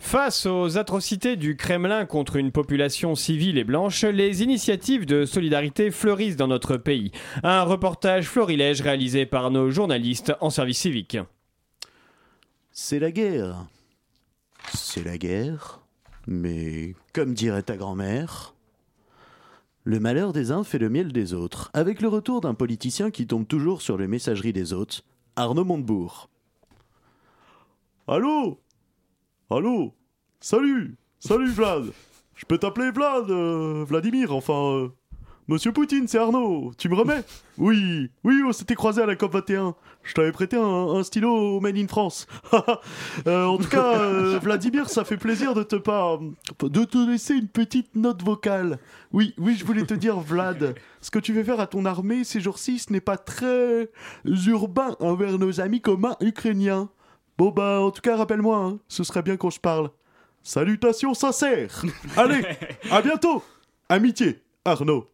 Face aux atrocités du Kremlin contre une population civile et blanche, les initiatives de solidarité fleurissent dans notre pays. Un reportage florilège réalisé par nos journalistes en service civique. C'est la guerre. C'est la guerre. Mais, comme dirait ta grand-mère, le malheur des uns fait le miel des autres, avec le retour d'un politicien qui tombe toujours sur les messageries des autres, Arnaud Montebourg. Allô Allô Salut Salut Vlad Je peux t'appeler Vlad euh, Vladimir, enfin... euh, Monsieur Poutine, c'est Arnaud Tu me remets Oui Oui, on s'était croisé à la COP21. Je t'avais prêté un, un stylo au Made in France. Euh, en tout cas, euh, Vladimir, ça fait plaisir de te pas... euh, de te laisser une petite note vocale. Oui, oui, je voulais te dire, Vlad, ce que tu veux faire à ton armée ces jours-ci, ce n'est pas très urbain envers nos amis communs ukrainiens. Bon bah, en tout cas, rappelle-moi, hein, ce serait bien qu'on se parle. Salutations sincères Allez, à bientôt Amitié, Arnaud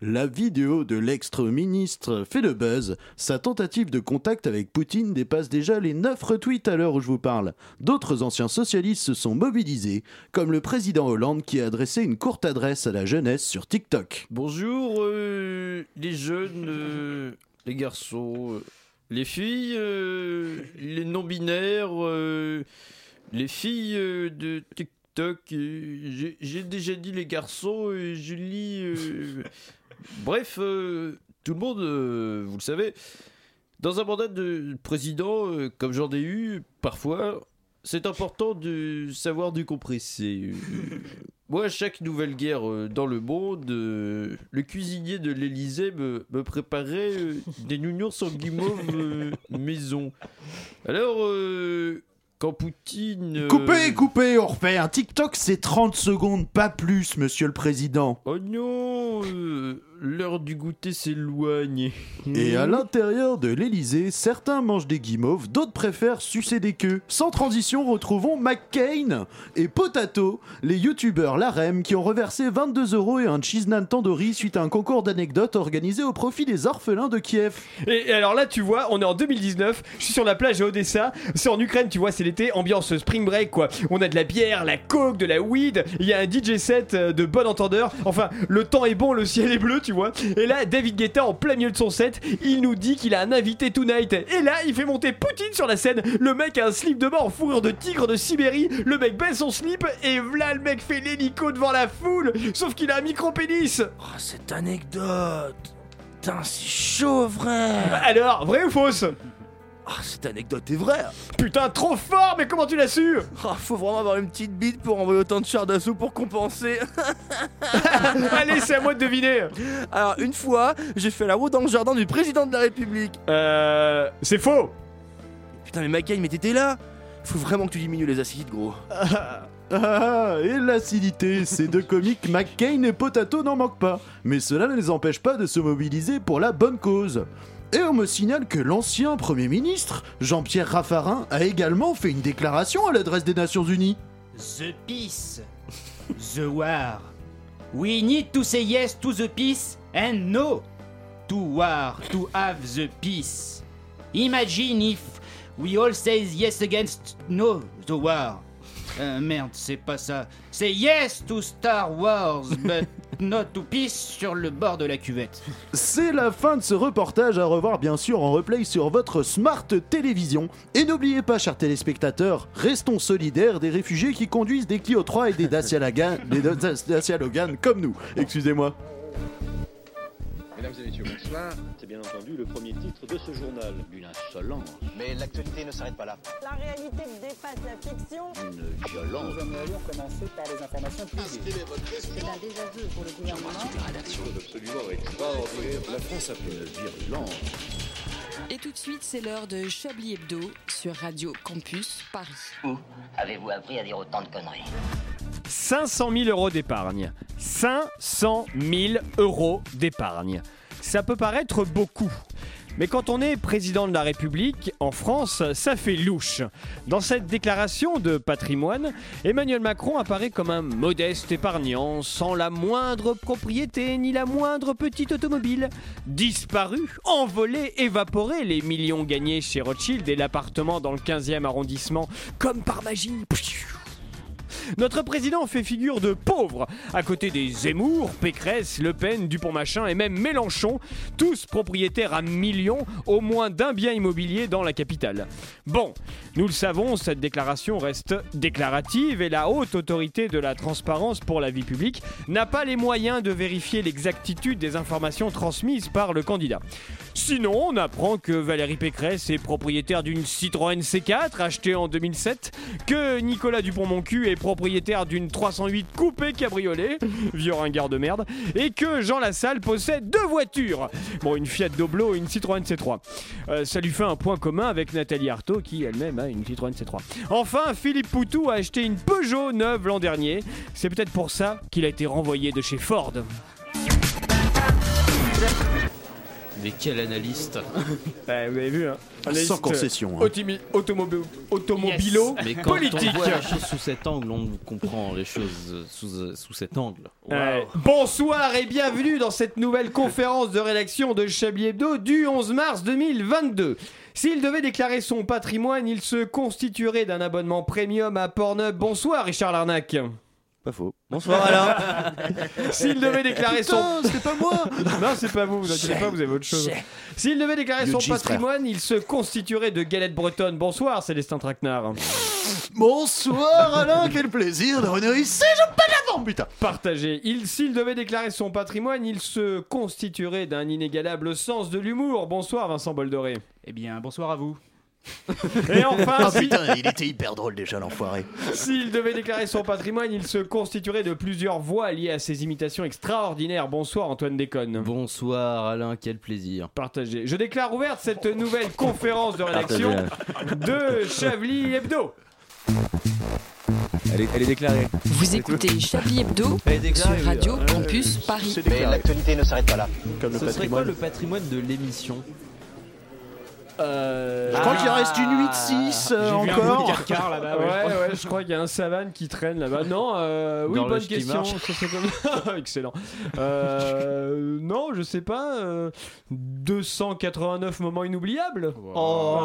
la vidéo de l'ex-ministre fait le buzz. Sa tentative de contact avec Poutine dépasse déjà les 9 retweets à l'heure où je vous parle. D'autres anciens socialistes se sont mobilisés, comme le président Hollande qui a adressé une courte adresse à la jeunesse sur TikTok. Bonjour euh, les jeunes, euh, les garçons, euh, les filles, euh, les non-binaires, euh, les filles euh, de TikTok. euh, j'ai- J'ai déjà dit les garçons, euh, Julie. euh, bref, euh, tout le monde, euh, vous le savez, dans un mandat de président, euh, comme j'en ai eu, parfois, c'est important de savoir du compresser. Euh, Moi, à chaque nouvelle guerre euh, dans le monde, euh, le cuisinier de l'Elysée me, me préparait euh, des nounours en guimauve euh, maison. Alors, euh, quand Poutine... euh, Coupez, coupez, on refait. Un TikTok, c'est 30 secondes, pas plus, monsieur le président. Oh non euh, L'heure du goûter s'éloigne. Et à l'intérieur de l'Elysée, certains mangent des guimauves, d'autres préfèrent sucer des queues. Sans transition, retrouvons McCain et Potato, les youtubeurs LAREM qui ont reversé 22 euros et un cheese naan tandoori suite à un concours d'anecdotes organisé au profit des orphelins de Kiev. Et, et alors là, tu vois, on est en 2019, je suis sur la plage à Odessa, c'est en Ukraine, tu vois, c'est l'été, ambiance spring break quoi. On a de la bière, la coke, de la weed, il y a un DJ set euh, de bon entendeur, enfin, le temps est bon, le ciel est bleu, tu vois. Et là, David Guetta, en plein milieu de son set, il nous dit qu'il a un invité tonight. Et là, il fait monter Poutine sur la scène, le mec a un slip de mort en fourrure de tigre de Sibérie, le mec baisse son slip, et là, le mec fait l'hélico devant la foule, sauf qu'il a un micro-pénis. Oh, cette anecdote Putain, c'est chaud, vrai Bah, Alors, vrai ou fausse Ah, cette anecdote est vraie hein. Putain, trop fort, mais comment tu l'as su Ah, faut vraiment avoir une petite bite pour envoyer autant de chars d'assaut pour compenser Allez, c'est à moi de deviner. Alors, une fois, j'ai fait la roue dans le jardin du président de la République Euh, c'est faux. Putain, mais McCain, mais t'étais là Faut vraiment que tu diminues les acides, gros Ah, et l'acidité, ces deux comiques McCain et Potato n'en manquent pas, mais cela ne les empêche pas de se mobiliser pour la bonne cause. Et on me signale que l'ancien Premier ministre, Jean-Pierre Raffarin, a également fait une déclaration à l'adresse des Nations Unies. The peace, the war. We need to say yes to the peace and no to war to have the peace. Imagine if we all say yes against no the war. Euh, merde, c'est pas ça. C'est yes to Star Wars, but not to peace sur le bord de la cuvette. C'est la fin de ce reportage à revoir bien sûr en replay sur votre smart télévision. Et n'oubliez pas, chers téléspectateurs, restons solidaires des réfugiés qui conduisent des Clio 3 et des Dacia, Lagan- des Da- Dacia Logan comme nous. Excusez-moi. Mesdames et messieurs, bonsoir. C'est bien entendu le premier titre de ce journal. Une insolence, Mais l'actualité ne s'arrête pas là. La réalité dépasse la fiction. une violence. C'est un désaveu pour le gouvernement. absolument extraordinaire. La France a fait une virulence. Et tout de suite, c'est l'heure de Chablis Hebdo sur Radio Campus Paris. Où avez-vous appris à dire autant de conneries 500 000 euros d'épargne. 500 000 euros d'épargne. Ça peut paraître beaucoup. Mais quand on est président de la République en France, ça fait louche. Dans cette déclaration de patrimoine, Emmanuel Macron apparaît comme un modeste épargnant, sans la moindre propriété ni la moindre petite automobile. Disparu, envolé, évaporé les millions gagnés chez Rothschild et l'appartement dans le 15e arrondissement, comme par magie. Pfiou. Notre président fait figure de pauvre, à côté des Zemmour, Pécresse, Le Pen, Dupont-Machin et même Mélenchon, tous propriétaires à millions au moins d'un bien immobilier dans la capitale. Bon, nous le savons, cette déclaration reste déclarative et la haute autorité de la transparence pour la vie publique n'a pas les moyens de vérifier l'exactitude des informations transmises par le candidat. Sinon, on apprend que Valérie Pécresse est propriétaire d'une Citroën C4 achetée en 2007, que Nicolas Dupont-Moncu est propriétaire d'une 308 coupée cabriolet, vieux ringard de merde, et que Jean Lassalle possède deux voitures. Bon, une Fiat Doblo et une Citroën C3. Euh, ça lui fait un point commun avec Nathalie Arthaud qui elle-même a une Citroën C3. Enfin, Philippe Poutou a acheté une Peugeot neuve l'an dernier. C'est peut-être pour ça qu'il a été renvoyé de chez Ford. Mais quel analyste Ouais, vous avez vu, hein. Analyste, Sans concession. hein. euh, automi- automobi- automobilo, Mais quand politique. on voit les choses sous cet angle, on comprend les choses euh, sous, euh, sous cet angle. Ouais. Euh, Bonsoir et bienvenue dans cette nouvelle conférence de rédaction de Chablis Hebdo du 11 mars 2022. S'il devait déclarer son patrimoine, il se constituerait d'un abonnement premium à Pornhub. Bonsoir Richard Larnac. Pas faux. Bonsoir alors. S'il devait déclarer son... c'est pas moi. Non, c'est pas vous, vous inquiétez pas, vous avez autre chose. S'il devait déclarer son Yuji, frère. patrimoine, il se constituerait de galettes bretonnes. Bonsoir Célestin Traquenard. Bonsoir Alain, quel plaisir de revenir ici, je pète la forme, putain partagé. Il, s'il devait déclarer son patrimoine, il se constituerait d'un inégalable sens de l'humour. Bonsoir Vincent Boldoré. Eh bien, bonsoir à vous. Et enfin, Ah si- putain, il était hyper drôle déjà l'enfoiré. s'il devait déclarer son patrimoine, il se constituerait de plusieurs voix liées à ses imitations extraordinaires. Bonsoir Antoine Déconne. Bonsoir Alain, quel plaisir. Partagé. Je déclare ouverte cette nouvelle conférence de rédaction de Chablis Hebdo. Elle est, elle est déclarée. Vous écoutez Chablis Hebdo Eh, sur Radio euh, Campus Paris. Mais l'actualité ne s'arrête pas là. Comme le Ce serait quoi patrimoine. le patrimoine de l'émission Je crois qu'il en reste une 8-6 euh, J'ai vu un bout de encore. carcar là-bas. Ouais, ouais, je crois. ouais, je crois qu'il y a un savane qui traîne là-bas. Non, euh, oui, Dans le bonne ski question. marche. Ça, c'est comme- Excellent. Euh, non, je sais pas. euh, 289 moments inoubliables. Oh,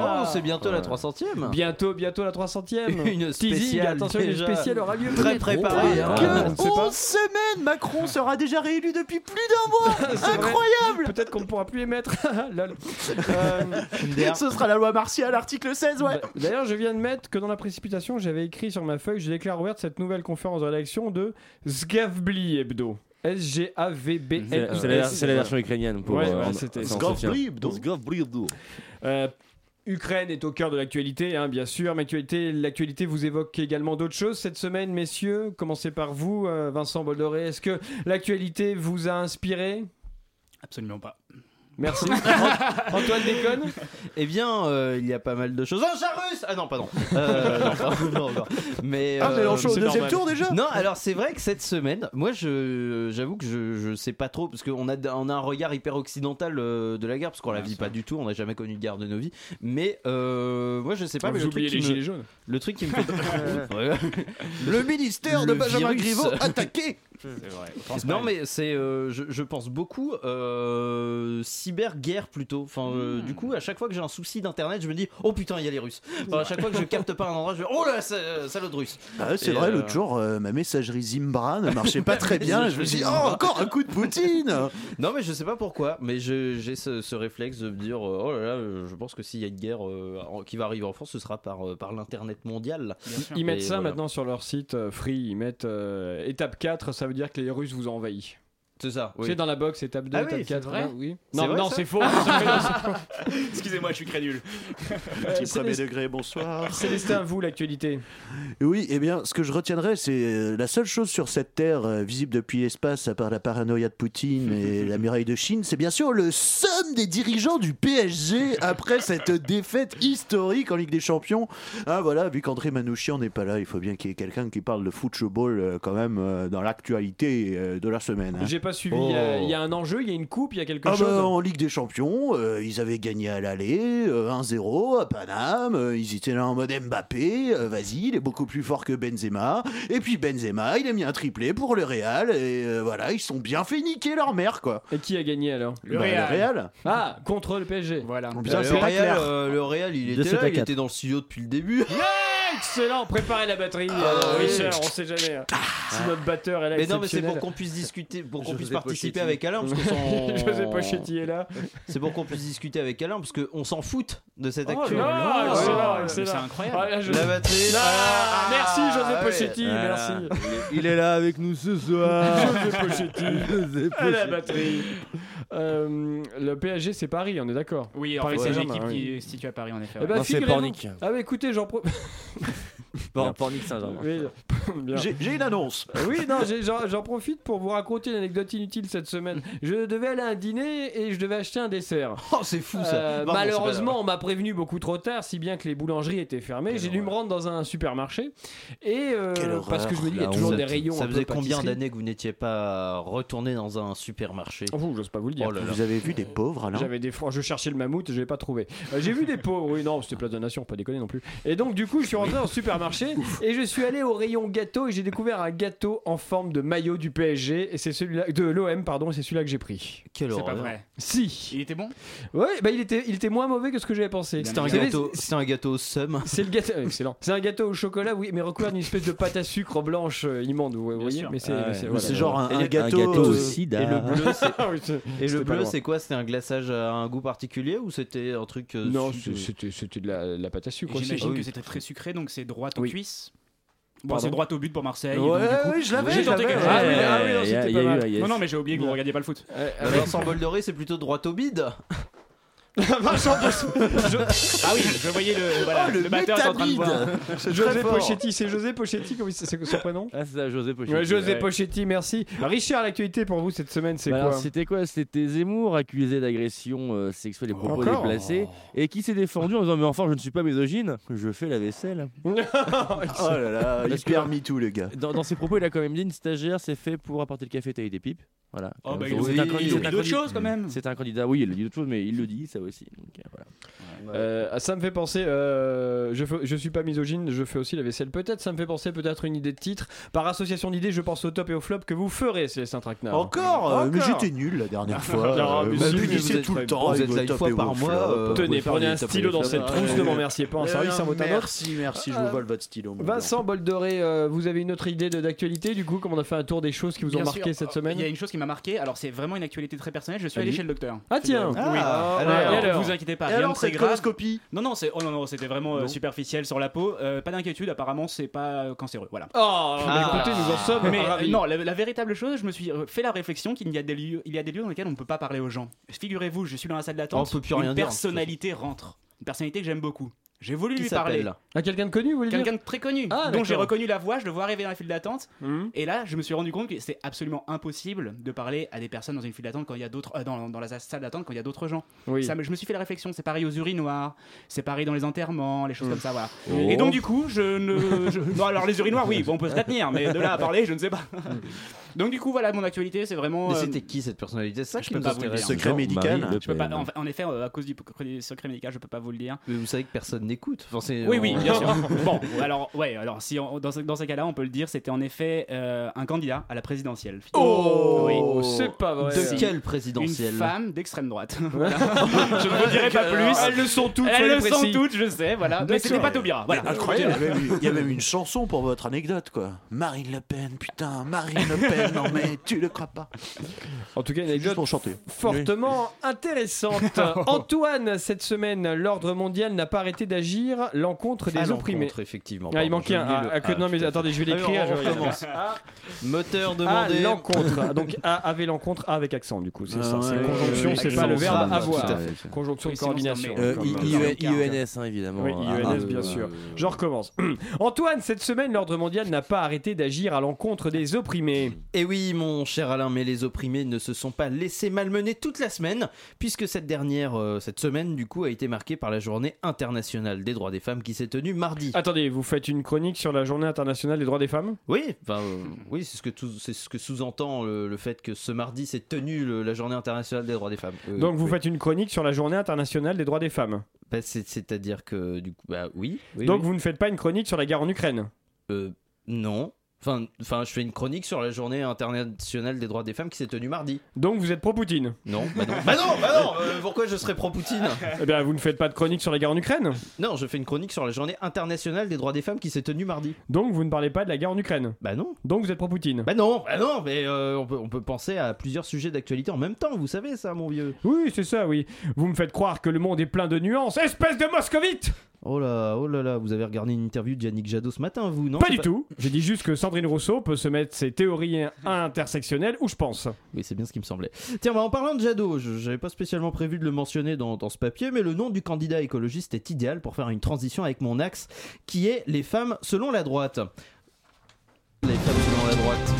Ah. oh, c'est bientôt la 300ème Bientôt, bientôt la 300ème. Une Teasing, spéciale, attention, déjà. une spéciale aura lieu. Très préparée, Oh, hein. que- on ne sait pas. semaines, Macron sera déjà réélu depuis plus d'un mois. C'est vrai. Peut-être qu'on ne pourra plus émettre. Lol. Euh, Ce sera la loi martiale, article 16, ouais. Bah, D'ailleurs, je viens de mettre que dans la précipitation, j'avais écrit sur ma feuille, je déclare ouverte cette nouvelle conférence de rédaction de Sgavbli Hebdo. S-G-A-V-B-L. C'est la, c'est la version ukrainienne pour. Ouais, euh, ouais, en- c'était- en soutien. Euh, Ukraine est au cœur de l'actualité, hein, bien sûr. Mais actualité- l'actualité vous évoque également d'autres choses cette semaine, messieurs. Commencez par vous, euh, Vincent Boldoré. Est-ce que l'actualité vous a inspiré Absolument pas. Merci. Ant- Antoine Déconne Eh bien, euh, il y a pas mal de choses. Un chat russe Ah non, pardon. Euh, non, pardon, non, non. Mais, Ah, euh, Mélenchon au c'est deuxième normal. tour déjà Non, alors c'est vrai que cette semaine, moi je j'avoue que je, je sais pas trop parce qu'on a on a un regard hyper occidental euh, de la guerre parce qu'on la vit pas du tout, on n'a jamais connu de guerre de nos vies. Mais euh, moi je sais pas. Mais le, truc qui me- jaunes. le truc qui me fait Le ministère de Benjamin Griveaux attaqué non mais c'est euh, je, je pense beaucoup euh, cyberguerre plutôt. Enfin Hmm. euh, du coup à chaque fois que j'ai un souci d'internet je me dis oh putain il y a les Russes. Enfin, à chaque fois que je capte pas un endroit je me dis oh là ça- salaud de Russe. Ah C'est Et, vrai, euh, l'autre jour, euh, ma messagerie Zimbra ne marchait pas très bien. Je me suis dit, oh, encore un coup de Poutine Non mais je sais pas pourquoi, mais je- j'ai ce, ce réflexe de me dire euh, oh là là, euh, je pense que s'il y a une guerre euh, en- qui va arriver en France, ce sera par, euh, par l'internet mondial. Ils mettent Et ça voilà. maintenant sur leur site euh, Free. Ils mettent euh, étape 4, ça veut dire que les Russes vous ont envahi. C'est ça. Tu sais, dans la box, étape 2, Ah étape oui, c'est 4. vrai hein, oui. C'est Non, vrai, non, ça c'est faux. Excusez-moi, je suis crédule. Euh, Petit c'est premier les- degré, bonsoir. Célestin, vous, l'actualité. Oui, eh bien, ce que je retiendrai, c'est euh, la seule chose sur cette Terre euh, visible depuis l'espace, à part la paranoïa de Poutine et la muraille de Chine, c'est bien sûr le somme des dirigeants du PSG après cette défaite historique en Ligue des Champions. Ah voilà, vu qu'André Manouchian n'est pas là, il faut bien qu'il y ait quelqu'un qui parle de football euh, quand même euh, dans l'actualité euh, de la semaine. hein. J'ai pas pas suivi. Il y a- Oh. il y, a un enjeu, il y a une coupe, il y a quelque Ah chose. bah, en Ligue des Champions, euh, ils avaient gagné à l'aller, euh, 1-0 à Paname, euh, ils étaient là en mode Mbappé, euh, vas-y, il est beaucoup plus fort que Benzema. Et puis Benzema, il a mis un triplé pour le Real, et euh, voilà, ils sont bien fait niquer leur mère, quoi. Et qui a gagné alors Bah, Le Real. Ah, contre le PSG. Voilà. Oh, Putain, le, c'est pas Real, clair. euh, le Real, il était 17 à là, il 4. était dans le studio depuis le début. Excellent, préparez la batterie. Ah, euh, oui. Richard, on sait jamais. hein. Si notre batteur est là, Mais non, mais c'est pour exceptionnel. qu'on puisse discuter, pour qu'on José puisse participer Pochettino. avec Alain, parce que sans- José Pochetti est là. C'est pour qu'on puisse discuter avec Alain, parce qu'on s'en fout de cette Ah, Oh actu. là là, Ouais. excellent, mais excellent. c'est incroyable. Ah, là, je- La batterie. Ah, Ah, merci José ah, ouais. Pochetti, Ah. merci. Il est là avec nous ce soir. José Pochetti. José À la Pochettino. batterie. Euh, le PSG, c'est Paris, on est d'accord. Oui, en Paris fait, c'est Saint-Germain, l'équipe oui. qui est située à Paris, en effet. Eh ouais. ben, Non, c'est figurez-vous- Pornic. Ah, bah écoutez, j'en pro- Por- Pornic Saint-Germain. Oui, bien. Euh, J'ai j'ai une annonce. Oui, non, j'ai- j'en j'en profite pour vous raconter une anecdote inutile cette semaine. Je devais aller à un dîner et je devais acheter un dessert. Oh, c'est fou ça. Euh, Pardon, c'est pas malheureusement, on m'a prévenu beaucoup trop tard, si bien que les boulangeries étaient fermées. J'ai dû me rendre dans un supermarché et euh, Quelle parce que je me dis, il y a grave. toujours Ça- des rayons. Ça un peu faisait combien pâtisserie. d'années que vous n'étiez pas retourné dans un supermarché Vous, j'ose pas vous le dire. Oh là là. Vous avez vu des pauvres, Alain J'avais des francs, je cherchais le mammouth, je l'ai pas trouvé. Euh, j'ai vu des pauvres, oui, non, c'était place de la nation, pas déconner non plus. Et donc, du coup, je suis rentré au supermarché et je suis allé au rayon gâteau et j'ai découvert un gâteau en forme de maillot du PSG et c'est celui-là, de l'OM, pardon, et c'est celui-là que j'ai pris. Quelle C'est pas horreur. vrai. Si Il était bon Ouais, bah il était, il était moins mauvais que ce que j'avais pensé. C'était un Vous savez, gâteau, c'était un gâteau au seum. C'est le gâteau, excellent. C'est un gâteau au chocolat, oui, mais recouvert d'une espèce de pâte à sucre blanche euh, immonde, vous vous voyez. sûr. Mais c'est, Ah mais ouais. c'est- Mais voilà. C'est genre un, Et un un gâteau. gâteau euh, au sida. Et le bleu, c'est- Ah oui, c'est- et le c'était pas bleu, loin. c'est quoi C'était un glaçage à un goût particulier ou c'était un truc euh, Non, su- c'est- c'était, c'était de la, de la pâte à sucre Et aussi. J'imagine Ah oui. que c'était très sucré, donc c'est droit aux Oui. cuisses. Bon, Pardon c'est droit au but pour Marseille. Ouais, donc, du coup- oui, je l'avais. J'ai je tenté l'avais. quelque chose. Ah oui, Ouais, ah oui, non, il y a- c'était il y pas a eu- mal. il y a eu- Non, non, mais j'ai oublié que vous regardiez pas le foot. Euh, Bah, avec- Vincent Boldoré, c'est plutôt droit au bide. Ah oui, je voyais le, voilà, Oh, le le batteur est en train de voir. métabide. C'est José très fort. Pochetti, c'est José Pochetti, comment il- c'est c'est son prénom Ah, c'est ça, José Pochettino. Ouais, José Ouais. Pochetti, merci. Richard, l'actualité pour vous cette semaine, c'est Bah quoi alors, C'était quoi C'était Zemmour accusé d'agression euh, sexuelle et propos Encore déplacés et qui s'est défendu en disant mais enfin je ne suis pas misogyne, je fais la vaisselle. Oh Mmh. là là, Parce hyper me too, le gars. Dans, dans ses propos il a quand même dit une stagiaire c'est fait pour apporter le café tailler des pipes. Voilà. Oh, bah, il Euh, c'est oublie- un il candidat- oublie d'autres choses quand même. C'est un candidat, oui, il dit d'autres choses, mais il le dit, ça aussi. Donc, euh, voilà. Euh, ah, ça me fait penser, euh, je, fais- je suis pas misogyne, je fais aussi la vaisselle. Peut-être, ça me fait penser peut-être une idée de titre. Par association d'idées, je pense au top et au flop que vous ferez, c'est saint traquenard. Encore, euh, Mais Encore. j'étais nul la dernière fois. Non, mais bah, si, mais punissez vous êtes- tout le vous temps. êtes avec là vos une top fois et vos par mois, flops. euh, Tenez, Vous pouvez prenez faire un des tapis stylo de dans cette fleurs. trousse, Ouais. ne m'en remerciez pas, un service à votre honneur. Merci, merci, je Euh, vous vole votre stylo. mon Vincent Boldoré, euh, vous avez une autre idée de- d'actualité du coup, comme on a fait un tour des choses qui vous ont Bien marqué sûr, cette euh, semaine Il y a une chose qui m'a marqué, alors c'est vraiment une actualité très personnelle, je suis allé Allez. chez le docteur. Ah tiens Oui. alors, Alors, et alors vous inquiétez pas, blanc. Et rien alors, de très cette grave. coloscopie Non, non, c'est, oh non, non, c'était vraiment euh, superficiel sur la peau. Euh, pas d'inquiétude, apparemment, c'est pas euh, cancéreux. Voilà. Oh, bah, Ah. écoutez, nous en sommes Mais euh, ravis. non, la, la véritable chose, je me suis euh, fait la réflexion qu'il y a des lieux, il y a des lieux dans lesquels on ne peut pas parler aux gens. Figurez-vous, je suis dans la salle d'attente. Ah, On peut plus une rien dire, personnalité rentre, une personnalité que j'aime beaucoup. J'ai voulu Qui lui parler. s'appelle À Ah, quelqu'un de connu, vous voulez dire Quelqu'un de très connu, Ah, d'accord. dont j'ai reconnu la voix, je le vois arriver dans la file d'attente. Mmh. Et là, je me suis rendu compte que c'est absolument impossible de parler à des personnes dans une file d'attente quand il y a d'autres, euh, dans, dans la salle d'attente quand il y a d'autres gens. Oui. Ça me- je me suis fait la réflexion, c'est pareil aux urinoirs, c'est pareil dans les enterrements, les choses Mmh. comme ça, voilà. Oh. Oh. Et donc du coup, je ne... je- non, alors les urinoirs, oui, bon, on peut se la tenir, mais de là à parler, je ne sais pas. donc du coup, voilà, mon actualité, c'est vraiment... Mais euh, c'était qui cette personnalité C'est ça je qui peux nous pas vous le intéresse. dire. Secret Jean-Marie médical. Le je peux pas- Pen. en, en effet, euh, à cause du du secret médical, je peux pas vous le dire. Mais vous savez que personne n'écoute. Enfin, c'est- Oui, oui, on- bien sûr. Euh, bon, alors, ouais, alors, si on- dans, ce- dans ces cas-là, on peut le dire, c'était en effet euh, un candidat à la présidentielle. Oh, Oui. c'est pas vrai. De quelle Une présidentielle femme d'extrême droite. Voilà. je ne vous dirai pas plus. euh, Elles le sont toutes, Elles soyez le sont précis. toutes, je sais, voilà. Mais D'accord. c'était pas Taubira, voilà. Incroyable. Il y, a même, eu- il y a même une chanson pour votre anecdote, quoi. Marine Le Pen, putain, Marine Le Pen, non mais tu le crois pas. En tout cas, une Juste anecdote pour chanter. fortement intéressante. Antoine, cette semaine, l'ordre mondial n'a pas arrêté d'agir l'encontre À des Ah, l'encontre, opprimés. effectivement. Ah, il Pardon, manquait j'ai un. oublié ah, le- ah, que- Ah, non, mais putain. attendez, je vais Allez, l'écrire. on je- recommence. Moteur À demandé. l'encontre. Donc, à, avec l'encontre, ah, avec accent, du coup. C'est Ah ça. C'est ouais, conjonction, ouais, c'est pas le accent, verbe ça, avoir. tout à Conjonction, Oui, sinon, coordination. c'est un Euh, mec. I- Comme- I- E, comme- I- comme- IENS, hein, évidemment. Oui, Ah, IENS, euh, bien sûr. Je recommence. Antoine, cette semaine, l'ordre mondial n'a pas arrêté d'agir à l'encontre des opprimés. Et Eh oui, mon cher Alain, mais les opprimés ne se sont pas laissés malmener toute la semaine, puisque cette dernière, euh, cette semaine, du coup, a été marquée par la journée internationale des droits des femmes qui s'est tenue mardi. Attendez, vous faites une chronique sur la journée internationale des droits des femmes Oui, enfin, euh, oui, c'est ce que tout- c'est ce que sous-entend le, le fait que ce mardi s'est tenue le- la journée internationale des droits des femmes. Euh, Donc vous oui. faites une chronique sur la journée internationale des droits des femmes. Bah, c'est- C'est-à-dire que du coup, bah oui. oui, Donc oui. vous ne faites pas une chronique sur la guerre en Ukraine Euh, non. Enfin, enfin, je fais une chronique sur la journée internationale des droits des femmes qui s'est tenue mardi. Donc vous êtes pro-Poutine Non, bah non, bah non, bah non euh, Pourquoi je serais pro-Poutine Eh bien vous ne faites pas de chronique sur la guerre en Ukraine Non, je fais une chronique sur la journée internationale des droits des femmes qui s'est tenue mardi. Donc vous ne parlez pas de la guerre en Ukraine Bah non, Donc vous êtes pro-Poutine bah non, bah non, mais euh, on, peut, on peut penser à plusieurs sujets d'actualité en même temps, vous savez ça, mon vieux. Oui, c'est ça, oui. Vous me faites croire que le monde est plein de nuances. Espèce de moscovite Oh là, oh là là, vous avez regardé une interview de Yannick Jadot ce matin, vous, non Pas C'est du tout. J'ai dit juste que Sandrine Rousseau peut se mettre ses théories intersectionnelles où je pense. Oui, c'est bien ce qui me semblait. Tiens, bah, en parlant de Jadot, je j'avais pas spécialement prévu de le mentionner dans, dans ce papier, mais le nom du candidat écologiste est idéal pour faire une transition avec mon axe, qui est les femmes selon la droite. Les femmes selon la droite.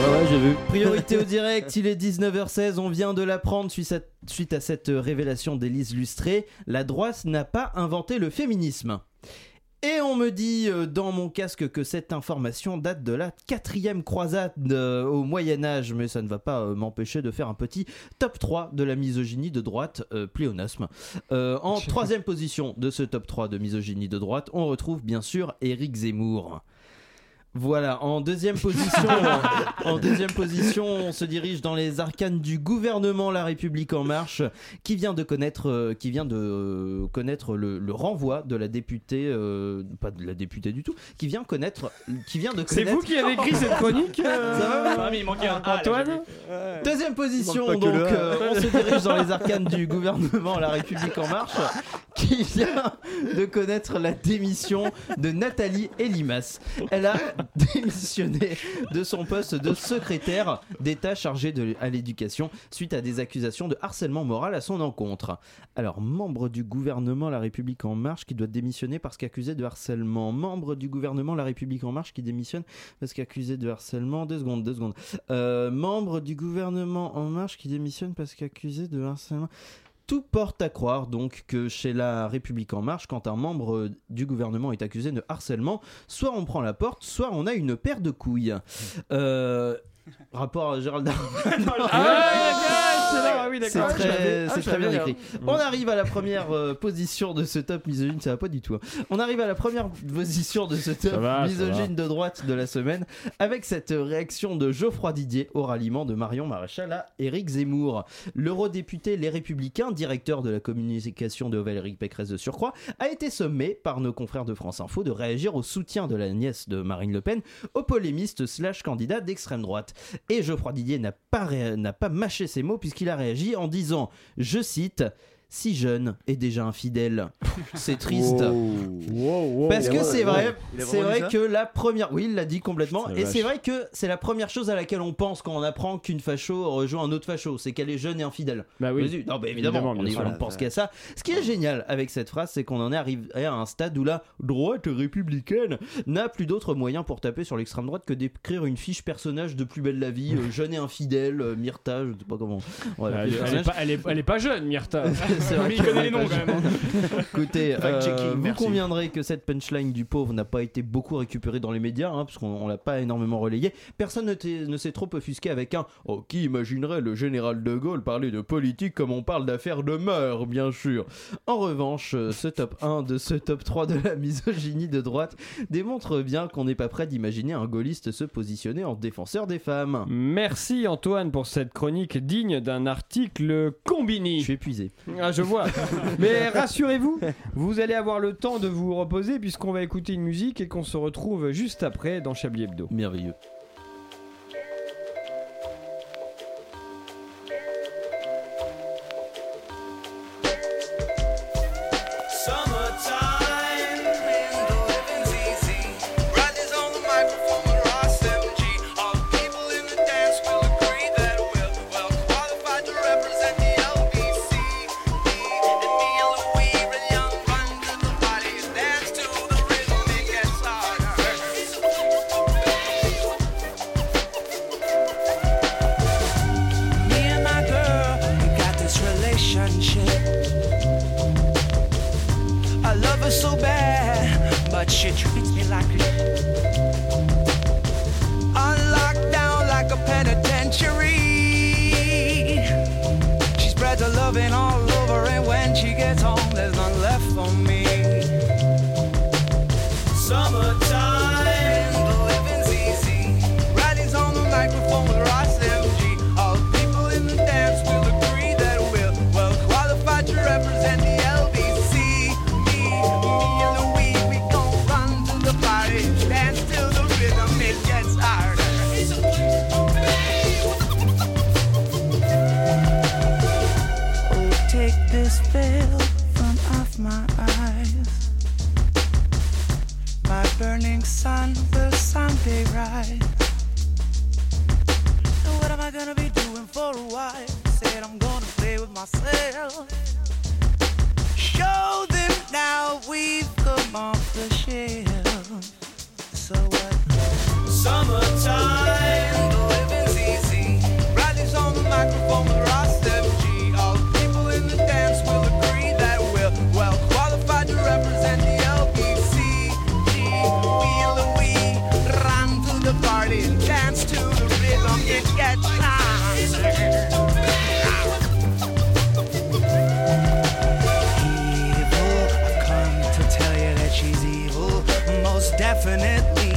Ouais, ouais, j'ai vu. Priorité au direct, il est 19h16, on vient de l'apprendre suite à, suite à cette euh, révélation d'Élise Lustré, la droite n'a pas inventé le féminisme. Et on me dit euh, dans mon casque que cette information date de la quatrième croisade euh, au Moyen Âge, mais ça ne va pas euh, m'empêcher de faire un petit top 3 de la misogynie de droite, euh, pléonasme. Euh, en troisième position de ce top 3 de misogynie de droite, on retrouve bien sûr Éric Zemmour. Voilà, en deuxième position, en, en deuxième position, on se dirige dans les arcanes du gouvernement La République en marche, qui vient de connaître, euh, qui vient de euh, connaître le, le renvoi de la députée, euh, pas de la députée du tout, qui vient connaître, qui vient de C'est connaître. vous qui avez écrit cette chronique, euh, il manquait un Antoine Deuxième position, donc euh, on se dirige dans les arcanes du gouvernement La République en marche, qui vient de connaître la démission de Nathalie Elimas. Elle a démissionné de son poste de secrétaire d'État chargé de, à l'éducation suite à des accusations de harcèlement moral à son encontre. Alors, membre du gouvernement La République en marche qui doit démissionner parce qu'accusé de harcèlement. Membre du gouvernement La République en marche qui démissionne parce qu'accusé de harcèlement. Deux secondes, deux secondes. Euh, membre du gouvernement En Marche qui démissionne parce qu'accusé de harcèlement. Tout porte à croire donc que chez la République En Marche, quand un membre euh, du gouvernement est accusé de harcèlement, soit on prend la porte, soit on a une paire de couilles. Euh, rapport à Gérald Darmanin. Ah oui, C'est d'accord. Ah, oui, d'accord. Je l'avais- très, ah, c'est je très bien l'avais, écrit. On arrive à la première euh, position de ce top misogyne, ça va pas du tout. hein. On arrive à la première position de ce top va, ça misogyne de droite de la semaine avec cette réaction de Geoffroy Didier au ralliement de Marion Maréchal à Éric Zemmour. L'eurodéputé Les Républicains, directeur de la communication de Valérie Pécresse de Surcroît, a été sommé par nos confrères de France Info de réagir au soutien de la nièce de Marine Le Pen au polémiste slash candidat d'extrême droite. Et Geoffroy Didier n'a pas, ré- n'a pas mâché ses mots puisqu'il a réagi en disant, je cite, si jeune et déjà infidèle. C'est triste. Parce que c'est vrai, c'est vrai que la première, oui, il l'a dit complètement, C'est et vache. c'est vrai que c'est la première chose à laquelle on pense quand on apprend qu'une facho rejoint un autre facho, c'est qu'elle est jeune et infidèle. Bah oui. Vas-y. Non, bah, évidemment, Évidemment, on, bien est- sûr. on ne pense qu'à ça. Ce qui est génial avec cette phrase, c'est qu'on en est arrivé à un stade où la droite républicaine n'a plus d'autre moyen pour taper sur l'extrême droite que d'écrire une fiche personnage de plus belle la vie, euh, jeune et infidèle, euh, Myrta, je sais pas comment. on va l'appeler, Elle, le elle est personnage. pas, elle est- elle est pas jeune, Myrta. C'est vrai Mais il qu'elle connaît est les noms pas quand même. hein. Écoutez, Fact-checking, euh, vous merci. conviendrez que cette punchline du pauvre n'a pas été beaucoup récupérée dans les médias, hein, parce qu'on on l'a pas énormément relayée. Personne ne, t'est- ne s'est trop offusqué avec un « Oh, qui imaginerait le général de Gaulle parler de politique comme on parle d'affaires de mœurs, bien sûr ?» En revanche, euh, ce top 1 de ce top 3 de la misogynie de droite démontre bien qu'on n'est pas prêt d'imaginer un gaulliste se positionner en défenseur des femmes. Merci Antoine pour cette chronique digne d'un article Je combini. suis épuisé. Ah, je vois. Mais rassurez-vous, vous allez avoir le temps de vous reposer puisqu'on va écouter une musique et qu'on se retrouve juste après dans Chablis Hebdo. Merveilleux. Dance to the rhythm, it gets harder. ever so bad, but she treats me like a on lockdown like a penitentiary. She spreads her loving all over, and when she gets home, there's none left for me. Summertime, the living's easy. Riding's on the microphone with Ross MG. All the people in the dance will agree that we're well qualified to represent the LBC. Me, me and Louis, we gon' run to the party, dance till the rhythm it gets harder. It's a place for Oh, take this veil from off my eyes. My burning sun will someday rise. And what am I gonna be doing for a while? Said I'm gonna play with myself. Show them now we've come off the shelf. So what? Summertime, the living's easy. Riley's on the microphone with Ross MG. All the people in the dance will agree that we're well qualified to represent the LBC. G, we and Louis run to the party and dance to the rhythm. It gets louder. evil. I've come to tell you that she's evil, most definitely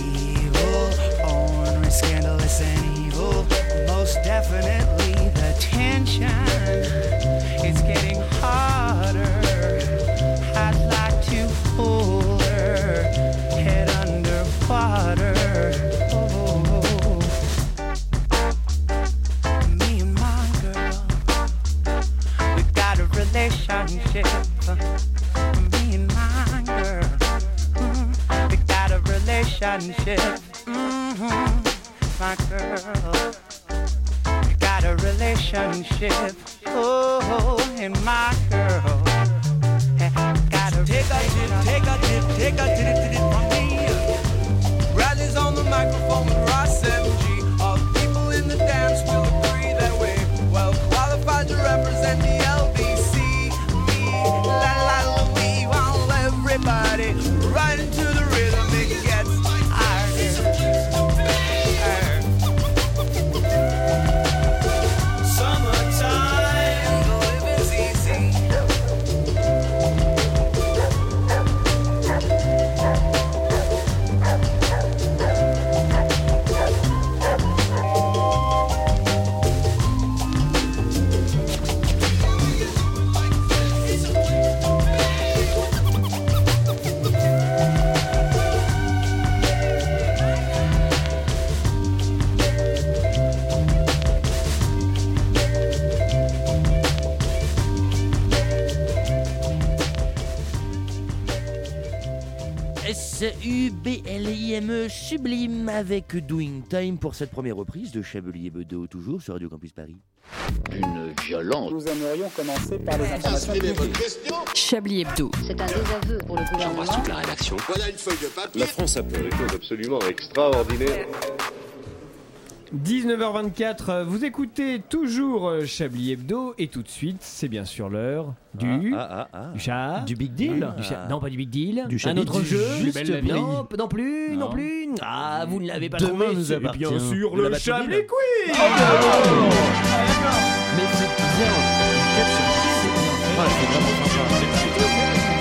evil. Ornery, scandalous, and evil, most definitely the tension. It's getting harder. I'd like to hold her head underwater. Oh, me and my girl. We got a relationship. Me and my girl. Mm, we got a relationship. hmm My girl. We got a relationship. Oh, and my girl. Got a take a dip, take a dip, take a dip, dip, dip from me. Riley's on the microphone with Ross MG. All the people in the dance will agree that we're well qualified to represent the LBC. Me, la la la, we want everybody right into the rhythm. It gets harder. Summertime, the living's S-U-B-L-I-M-E E, sublime avec Doing Time pour cette première reprise de Chabelier Bedeau, toujours sur Radio Campus Paris. Une violence. Nous aimerions commencer par les informations publiques. Chablis Hebdo. C'est un désaveu pour le gouvernement. la rédaction. Voilà une feuille de papier. La France a fait des choses absolument extraordinaires. 19h24, euh, vous écoutez toujours euh, Chablis Hebdo et tout de suite, c'est bien sûr l'heure du. Du chat. Du Big Deal. du chat. Non, pas du Big Deal. Du Un Chablis autre du jeu. juste Plus belle la non, vie. non plus, non, Non. plus. Ah, vous ne l'avez pas Demain trouvé. nous c'est appartient. bien sûr Le le, Batmobile. Ah Chablis Quiz. Mais vous êtes bien. Quelle surprise. Ah, Ouais, c'est vraiment sympa.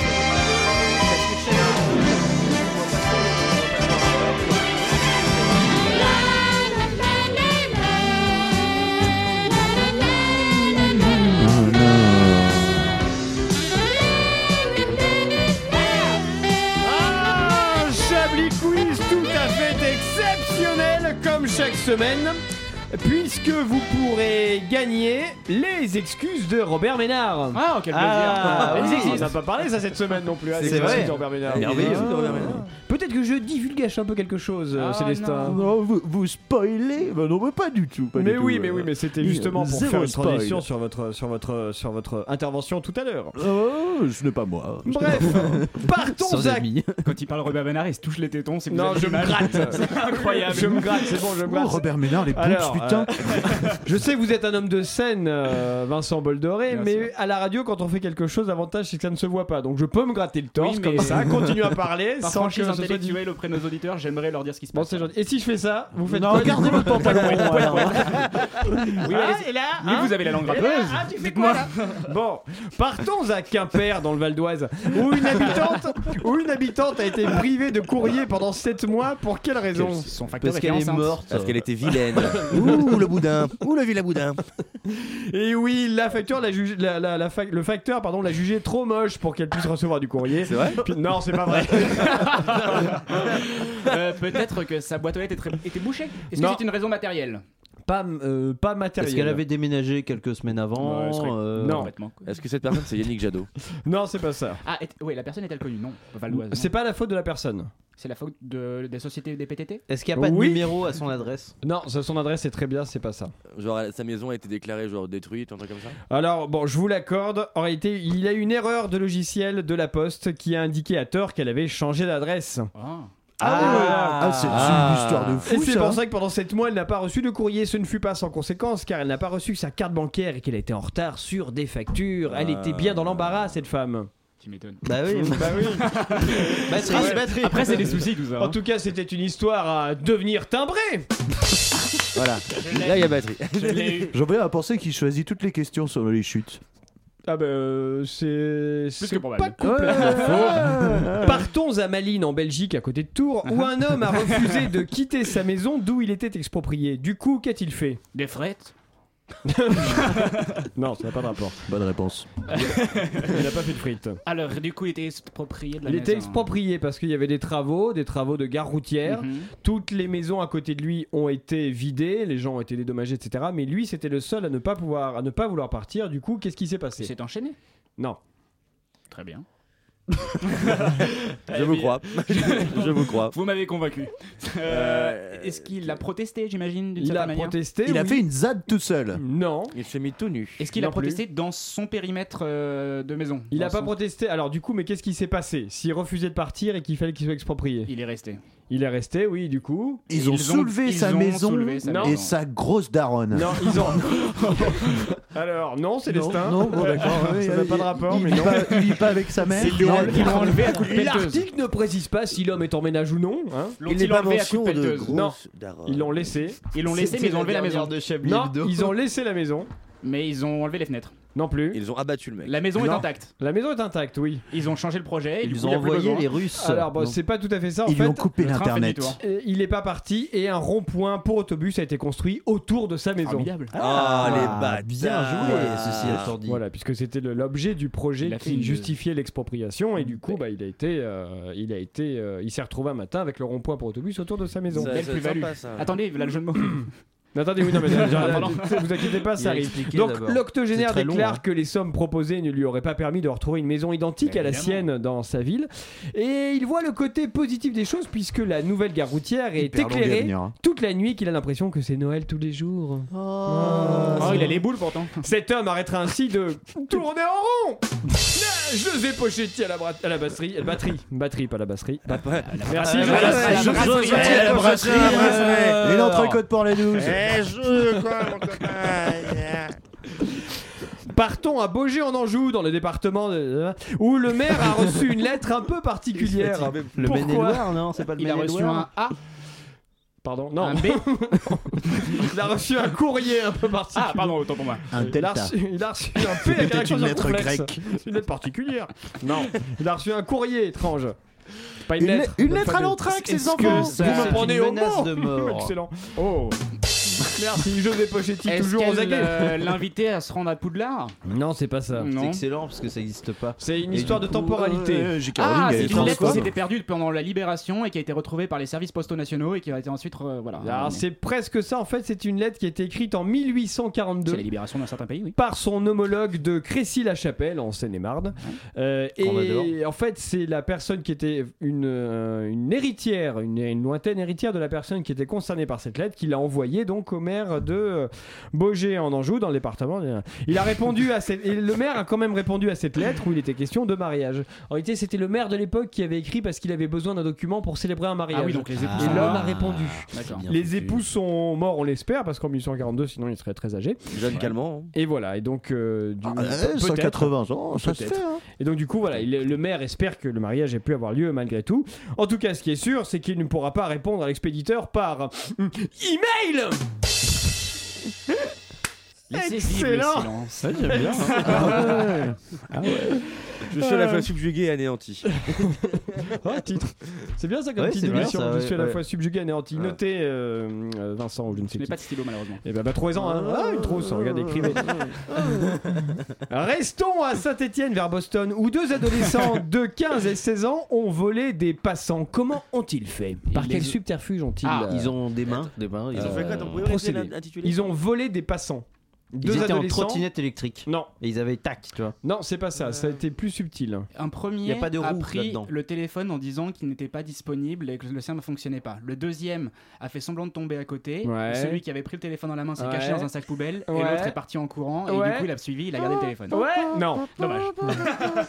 Un Ah, Chablis Quiz tout à fait exceptionnel comme chaque semaine. Puisque vous pourrez gagner les excuses de Robert Ménard. Ah, quel plaisir. Ah, Ah, oui, oui. on n'a pas parlé ça cette semaine non plus. hein, C'est des vrai. excuses de Robert Ménard. Merveilleux. Ah. Petit peut-être que je divulgage un peu quelque chose, Ah, euh, Célestin. Non, vous, vous spoilez Bah Non, mais pas du tout. pas du Mais tout, oui, mais euh, oui, mais c'était il y a justement pour zéro faire une spoil. transition sur votre, sur votre, sur votre intervention tout à l'heure. Oh, ce n'est pas moi. Bref, partons à Quand il parle Robert Benard, il se touche les tétons. C'est que vous Non, avez je du me mal. gratte. C'est incroyable. Je me gratte, c'est bon, je me gratte. Oh, Robert Ménard, les boobs, putain. je sais que vous êtes un homme de scène, euh, Vincent Boldoré, Bien mais sûr. à la radio, quand on fait quelque chose, l'avantage c'est que ça ne se voit pas. Donc je peux me gratter le torse Oui, mais- comme ça, continuer à parler Par sans que franchise ça soit dit. intellectuelle auprès de nos auditeurs, j'aimerais leur dire ce qui se Bon, passe. c'est gentil. Et si je fais ça, vous faites Non, quoi, du gardez coup votre pantalon, Ouais, ouais, alors. ouais. Oui, Ah, allez-y. et là, Oui, hein vous avez la langue Et là, rappeuse. ah, tu fais quoi, là Bon, partons à Quimper, dans le Val d'Oise, où une habitante, où une habitante a été privée de courrier pendant 7 mois. Pour quelle raison Son facteur était hein. enceinte. Parce qu'elle était vilaine. Ouh, le boudin. Ouh, le vilain boudin. Et oui, la facture, la juge- la- la- la fac- le facteur, pardon, l'a jugée trop moche pour qu'elle puisse recevoir du courrier. C'est vrai Non, c'est pas vrai. Euh, Peut-être que sa boîte aux lettres était, très- était bouchée. Est-ce que Non. c'est une raison matérielle Pas, euh, pas matériel. Est-ce qu'elle avait déménagé quelques semaines avant Ouais, elle serait- euh, Non. Complètement, Est-ce que cette personne, c'est Yannick Jadot Non, c'est pas ça. Ah, est- oui, la personne est-elle connue Non, Valoise. non. C'est pas la faute de la personne. C'est la faute de- des sociétés des PTT Est-ce qu'il n'y a pas de Oui. numéro à son adresse Non, ça, son adresse est très bien, c'est pas ça. Genre, elle- sa maison a été déclarée genre détruite, un truc comme ça Alors, bon, je vous l'accorde, en réalité, il y a une erreur de logiciel de la Poste qui a indiqué à tort qu'elle avait changé d'adresse. Ah, c'est c'est une histoire de Et fou. c'est ça. hein. pour ça que pendant 7 mois, elle n'a pas reçu de courrier. Ce ne fut pas sans conséquence, car elle n'a pas reçu sa carte bancaire et qu'elle a été en retard sur des factures. Euh. Elle était bien dans l'embarras, cette femme. Tu m'étonnes. Bah oui, bah oui. Batterie, Après- batterie. Ah Après, c'est des soucis, tout ça, hein. En tout cas, c'était une histoire à devenir timbrée. Voilà. l'ai Là, il y a eu. batterie. Je l'ai eu. J'en viens à penser qu'il choisit toutes les questions sur les chutes. Ah bah euh, c'est c'est probable. pas complètement Ouais. faux. Partons à Malines en Belgique à côté de Tours où un homme a refusé de quitter sa maison d'où il était exproprié. Du coup, qu'a-t-il fait Des frettes Non, ça n'a pas de rapport. Bonne réponse. Il n'a pas fait de frites. Alors, du coup, il était exproprié de la Il maison. était exproprié parce qu'il y avait des travaux, des travaux de gare routière. Mhm. Toutes les maisons à côté de lui ont été vidées, les gens ont été dédommagés, etc. Mais lui, c'était le seul à ne pas pouvoir, à ne pas vouloir partir. Du coup, qu'est-ce qui s'est passé Il s'est enchaîné Non. Très bien. Je vous crois. Je vous crois. Vous m'avez convaincu. Euh, Est-ce qu'il a protesté, j'imagine, d'une Il certaine a manière protesté. oui. zad tout seul. Non. Il s'est mis tout nu. Est-ce qu'il a Non plus. protesté dans son périmètre euh, de maison Il Dans n'a pas son- protesté. Alors du coup, mais qu'est-ce qui s'est passé S'il refusait de partir et qu'il fallait qu'il soit exproprié Il est resté. Il est resté, oui, du coup. Ils ont soulevé ils sa ont maison soulevé sa Non. et maison. sa grosse daronne. Non, ils ont. Alors, non, Célestin. Non, non, bon, d'accord, oui, ça n'a oui, pas de rapport, il mais vit non. pas- il vit pas avec sa mère. Ils l'ont- Non. ils l'ont enlevé à coups de pelleteuse. L'article ne précise pas si l'homme est en ménage ou non. hein. L'ont-ils Il n'est pas enlevé à coups de mention de pelleteuse Non, grosse daronne. ils l'ont laissé. Ils l'ont laissé, mais ils ont enlevé la maison. Non, ils ont laissé la maison. Mais ils ont enlevé les fenêtres. Non plus. Ils ont abattu le mec. La maison est Non. intacte. La maison est intacte, oui. Ils ont changé le projet. et du Ils coup, ont il y a plus envoyé besoin. les Russes. Alors, bon, Non. c'est pas tout à fait ça. En Ils lui fait, ont coupé Le train fait l'internet. demi-tour. Euh, Il n'est pas parti et un rond-point pour autobus a été construit autour de sa maison. Formidable. Ah, les bâtards. Bien joué, Ah, Ceci étant dit. Voilà, puisque c'était le- l'objet du projet a fait une- qui justifiait l'expropriation et du coup, bah, il a été, euh, il a été, euh, il s'est retrouvé un matin avec le rond-point pour autobus autour de sa maison. Ça- Belle ça- plus-value. sympa, ça. Attendez, là le jeu de mots. Mais Attendez, oui, non, mais euh, Pardon. vous inquiétez Il pas, a ça arrive. expliqué Donc, d'abord. l'octogénaire C'est très long, déclare hein. que les sommes proposées ne lui auraient pas permis de retrouver une maison identique à la sienne dans sa ville. Et il voit le côté positif des choses puisque la nouvelle gare routière est Hyper long d'y éclairée venir, hein. toute la nuit qu'il a l'impression que c'est Noël tous les jours. Ah, Oh, il a les boules pourtant. Cet homme arrêtera ainsi de tourner en rond. Ah, José Pochetti à la, bra- à la batterie, à la batterie, batterie pas la batterie. Bah, Merci. Ah, José. la brasserie, la José brasserie, Pochetti à Eh, la la brasserie. brasserie, la euh, brasserie. Et l'entrecôte pour les douze. Eh, je- quoi, mon copain Partons à Beaugé en Anjou, dans le département de- euh, où le maire a reçu une lettre un peu particulière. Le Pourquoi Maine-et-Loire, non C'est pas le Il a reçu un Maine-et-Loire A, Pardon, non. un B. Il a reçu un courrier un peu particulier. Ah, pardon, autant pour moi. Un Euh, il, a reçu, il a reçu un P avec Peut-être un accent une lettre circonflexe. grecque. C'est une lettre particulière. Non, il a reçu un courrier étrange. Pas une, Une lettre. le- une lettre à l'entraque, ces enfants. Vous me prenez au mot. de mort. Excellent. Oh. Merci, José Pochetti, Est-ce toujours aux qu'elle, aguets. euh, l'invitait à se rendre à Poudlard Non, c'est pas ça. Non. C'est excellent parce que ça n'existe pas. C'est une Et histoire du de coup, temporalité. euh, J.K. Ah, Rowling, elle c'est est une lettre qui transforme. s'était perdue pendant la libération et qui a été retrouvée par les services postaux nationaux et qui a été ensuite. euh, voilà. Alors, Ah, c'est presque ça. En fait, c'est une lettre qui a été écrite en 1842. C'est la libération d'un certain pays, oui. Par son homologue de Crécy-la-Chapelle, en Seine-et-Marne. Euh, Qu'on adore. et en fait, c'est la personne qui était une, euh, une héritière, une, une lointaine héritière de la personne qui était concernée par cette lettre, qui l'a envoyée donc au maire de euh, Baugé en Anjou, dans le département. Il a répondu à cette. et le maire a quand même répondu à cette lettre où il était question de mariage. En réalité, c'était le maire de l'époque qui avait écrit parce qu'il avait besoin d'un document pour célébrer un mariage. Ah oui, donc les époux sont Et l'homme morts. a répondu. Ah, D'accord. C'est bien Les foutu. époux sont morts, on l'espère, parce qu'en 1842, sinon ils seraient très âgés. Jeune calmant. Et voilà, et donc. euh, du, hein. Ah, eh, peut-être. 180 ans, ça se Peut-être. fait, hein. Et donc, du coup, voilà, il- le maire espère que le mariage ait pu avoir lieu malgré tout. En tout cas, ce qui est sûr, c'est qu'il ne pourra pas répondre à l'expéditeur par euh, email Excellent Ouais, j'aime bien. hein. Ah ouais. Euh. Ah ouais. Je suis à la fois subjugué et anéanti. Ah, titre. C'est bien ça comme Ouais, titre c'est bien d'émission. ça, Je ouais, suis à la ouais. fois subjugué et anéanti. Ouais. Notez euh, euh, Vincent ou je ne sais Je n'ai qui. pas de stylo, malheureusement. Eh ben, bah, trouvez-en un. Ah, une trousse, regardez, écrivez. Restons à Saint-Étienne vers Boston où deux adolescents de 15 et 16 ans ont volé des passants. Comment ont-ils fait Par Ils quel les- subterfuge ont-ils Ah, euh, ils ont des mains. Des mains euh, procédé. procédé Ils ont volé des passants. Ils Deux étaient en adolescents. trottinette électrique. Non. Et ils avaient tac, tu vois. Non, c'est pas ça. Ça a été plus subtil. Un premier Y a pas de a roue pris là-dedans. le téléphone en disant qu'il n'était pas disponible et que le sien ne fonctionnait pas. Le deuxième a fait semblant de tomber à côté. Ouais. Celui qui avait pris le téléphone dans la main s'est Ouais. caché dans un sac poubelle et Ouais. l'autre est parti en courant et Ouais. du coup il a suivi, il a gardé le téléphone. bah, Ouais. Non. Dommage.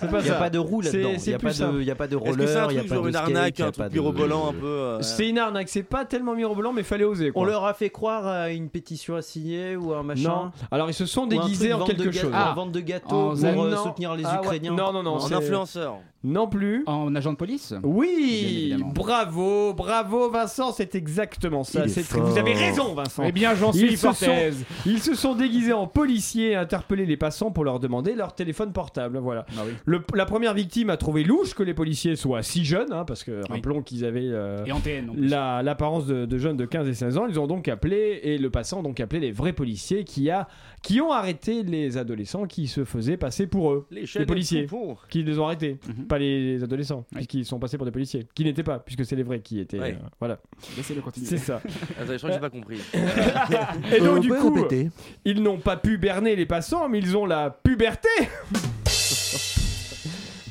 C'est pas Il y a ça. pas de roue C'est- là-dedans. Il c'est y a plus pas de, ça. il y a pas de Est-ce que roller. c'est un il y a truc pas genre de une skate, arnaque, il y a un pas truc de- mirobolant un euh de- C'est une arnaque. C'est pas tellement mirobolant, mais fallait oser. On quoi. leur a fait croire à une pétition à signer ou à un machin. Non. Alors ils se Ou sont un truc déguisés en vente de quelque ga- chose. Ah. en vente de gâteaux en- pour euh, non. soutenir les Ah ouais. Ukrainiens. Non, non, non. En c'est- influenceur. Non plus. En agent de police Oui, bravo, bravo Vincent, c'est exactement ça. Il est C'est- fort. vous avez raison Vincent. Eh bien, j'en suis Ils se sont- hypothèse. ils se sont déguisés en policiers et interpellé les passants pour leur demander leur téléphone portable. Voilà. Le- la première victime a trouvé louche que les policiers soient si jeunes, hein, parce que rappelons qu'ils avaient euh, Et en TN, en plus. la- l'apparence de, de jeunes de 15 et 16 ans. Ils ont donc appelé et le passant a donc appelé les vrais policiers qui a qui ont arrêté les adolescents qui se faisaient passer pour eux. Les Les, chaînes policiers de poupons. qui les ont arrêtés, Mhm. pas les, les adolescents, puisqu'ils sont passés pour des policiers, qui n'étaient pas, puisque c'est les vrais qui étaient. Ouais. euh, voilà. Laissez-le continuer. C'est ça. Attends, je crois que j'ai pas compris. Et donc, Euh, du on peut coup, répéter. ils n'ont pas pu berner les passants, mais ils ont la puberté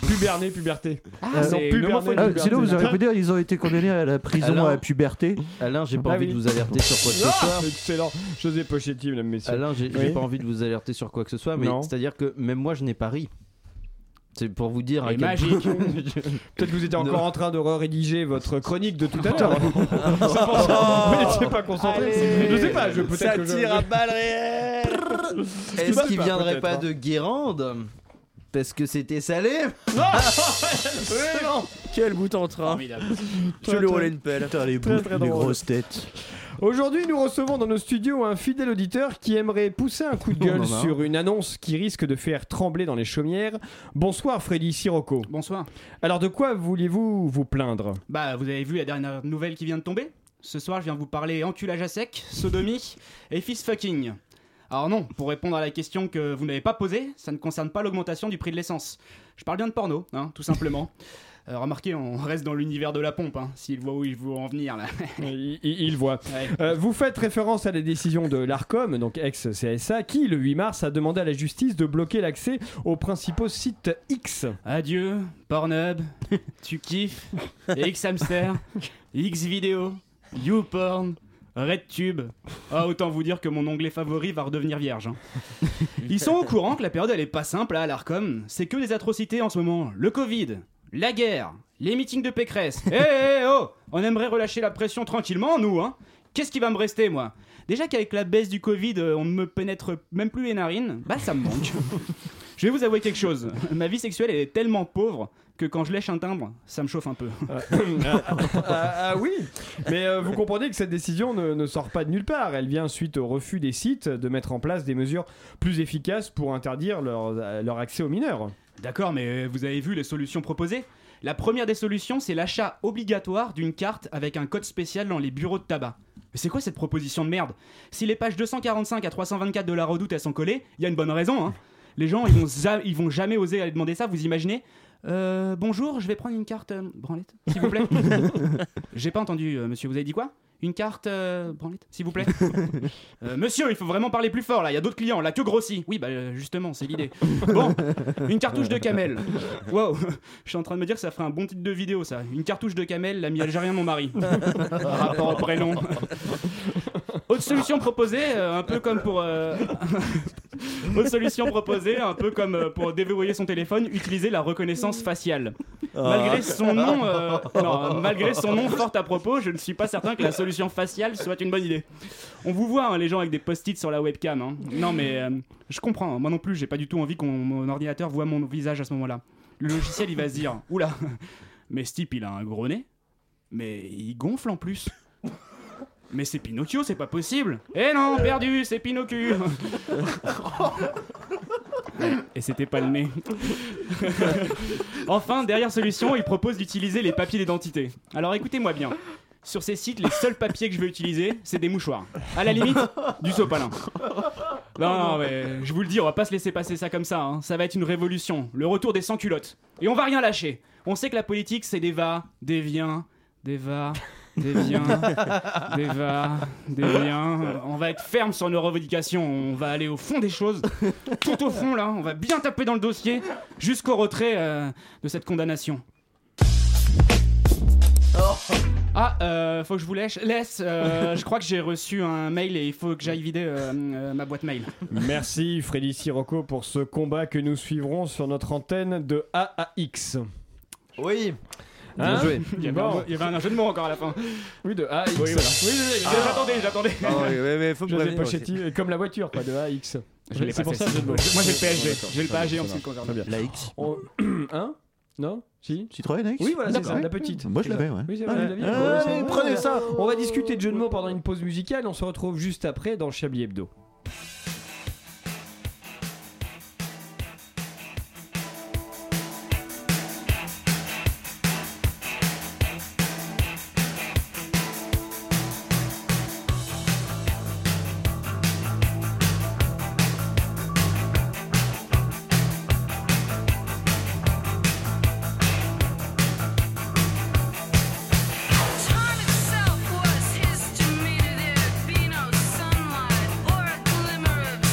Puberné, puberté. Euh, ils ont c'est pu une berner Ah, la sinon, vous auriez puberté. pu dire ils ont été condamnés à la prison Alain. à puberté. Alain, j'ai pas Ah envie oui. de vous alerter sur quoi que ce Ah, soit. Excellent. José Pochetti, mesdames, messieurs. Alain, j'ai Oui. j'ai pas envie de vous alerter sur quoi que ce soit, mais Non. c'est-à-dire que même moi, je n'ai pas ri. C'est pour vous dire. à Et quel magique. point- Peut-être que vous étiez encore en train de rédiger votre chronique de tout à l'heure. l'heure. Oh. vous n'étiez pas concentré. Je sais pas, je peut-être Ça que je- tire à balles réelles. Est-ce passe qu'il pas, viendrait peut-être, pas hein. de Guérande Parce que c'était salé Quel bout en train Je lui roulais une pelle. Putain, les, Très, bou- très les drôle. grosses têtes. Aujourd'hui, nous recevons dans nos studios un fidèle auditeur qui aimerait pousser un coup de On gueule en a un. sur une annonce qui risque de faire trembler dans les chaumières. Bonsoir Freddy Sirocco. Bonsoir. Alors de quoi vouliez-vous vous plaindre Bah, vous avez vu la dernière nouvelle qui vient de tomber Ce soir, je viens vous parler enculage à sec, sodomie et fist fucking. Alors non, pour répondre à la question que vous n'avez pas posée, ça ne concerne pas l'augmentation du prix de l'essence. Je parle bien de porno, hein, tout simplement. Euh, remarquez, on reste dans l'univers de la pompe, hein, s'il voit où il veut en venir là. il, il- il voit. Euh, vous faites référence à la décision de l'ARCOM, donc ex-CSA, qui, le 8 mars, a demandé à la justice de bloquer l'accès aux principaux sites X. Adieu, Pornhub, tu kiffes, X-Hamster, X-Vidéo, YouPorn, RedTube. Ah, autant vous dire que mon onglet favori va redevenir vierge. hein. Ils sont au courant que la période elle est pas simple là, à l'ARCOM. C'est que des atrocités en ce moment. Le Covid, la guerre, les meetings de Pécresse. Eh eh, oh On aimerait relâcher la pression tranquillement, nous, hein Qu'est-ce qui va me rester, moi Déjà qu'avec la baisse du Covid, euh, on ne me pénètre même plus les narines, bah ça me manque. Je vais vous avouer quelque chose. Ma vie sexuelle elle est tellement pauvre que quand je lèche un timbre, ça me chauffe un peu. ah, ah oui Mais euh, vous comprenez que cette décision ne, ne sort pas de nulle part. Elle vient suite au refus des sites de mettre en place des mesures plus efficaces pour interdire leur, leur accès aux mineurs. D'accord, mais euh, vous avez vu les solutions proposées La première des solutions, c'est l'achat obligatoire d'une carte avec un code spécial dans les bureaux de tabac. Mais c'est quoi cette proposition de merde Si les pages 245 à 324 de la redoute elles sont collées, il y a une bonne raison. Hein. Les gens ils vont, za- ils vont jamais oser aller demander ça, vous imaginez Euh, Bonjour, je vais prendre une carte euh, branlette, s'il vous plaît. J'ai pas entendu, euh, monsieur, vous avez dit quoi Une carte euh, branlette, s'il vous plaît. Euh, monsieur, il faut vraiment parler plus fort là, il y a d'autres clients, la queue grossit. Oui, bah euh, justement, c'est l'idée. Bon, une cartouche de camel. Wow, je suis en train de me dire que ça ferait un bon titre de vidéo ça. Une cartouche de camel, l'ami algérien, mon mari. Rapport au prénom. Autre solution proposée, euh, un peu comme pour. euh, Autre solution proposée, un peu comme euh, pour déverrouiller son téléphone, utiliser la reconnaissance faciale. Malgré son nom, euh, non, malgré son nom fort à propos, je ne suis pas certain que la solution faciale soit une bonne idée. On vous voit hein, les gens avec des post-it sur la webcam. hein. Non mais euh, je comprends. hein. Moi non plus, j'ai pas du tout envie qu'on mon ordinateur voit mon visage à ce moment-là. Le logiciel, il va se dire, oula, mais ce type, il a un gros nez, mais il gonfle en plus. Mais c'est Pinocchio, c'est pas possible Eh non, perdu, c'est Pinocchio Et c'était pas le nez. enfin, dernière solution, il propose d'utiliser les papiers d'identité. Alors écoutez-moi bien. Sur ces sites, les seuls papiers que je vais utiliser, c'est des mouchoirs. À la limite, du sopalin. Non, non, mais je vous le dis, on va pas se laisser passer ça comme ça. hein. Ça va être une révolution, le retour des sans-culottes. Et on va rien lâcher. On sait que la politique, c'est des va, des viens, des va, des viens, des va, des viens. Euh, On va être ferme sur nos revendications. On va aller au fond des choses, tout au fond là. On va bien taper dans le dossier jusqu'au retrait euh, de cette condamnation. Ah, euh, faut que je vous lâche. Laisse, euh, je crois que j'ai reçu un mail et il faut que j'aille vider euh, euh, ma boîte mail. Merci Freddy Sirocco pour ce combat que nous suivrons sur notre antenne de AAX. Oui. Hein Bien joué. Il y avait Bon. un- Il y avait un jeu de mots encore à la fin. Oui, de AX. Oui, voilà. Oui, oui, oui, j'attendais, j'attendais. Ah oui, oui, mais faut me José prévenir Pochetti, euh, comme la voiture, quoi, de AX. Je l'ai pas C'est pour fait, ça, ça. jeu de mots. Je- moi, j'ai le PSG. D'accord, J'ai le très bien, PSG en ça ce qui va. me concerne. Très bien. La X. Hein Non Si Citroën AX Oui, voilà, c'est D'accord. ça, la petite. Moi, je l'avais, ouais. Oui, c'est vrai, vous Ouais. l'aviez. Ouais, Ouais, c'est- ouais, prenez ça. On va discuter de jeux de mots pendant une pause musicale. On se retrouve juste après dans Chablis Hebdo. Time itself was his to me that there'd be no sunlight or a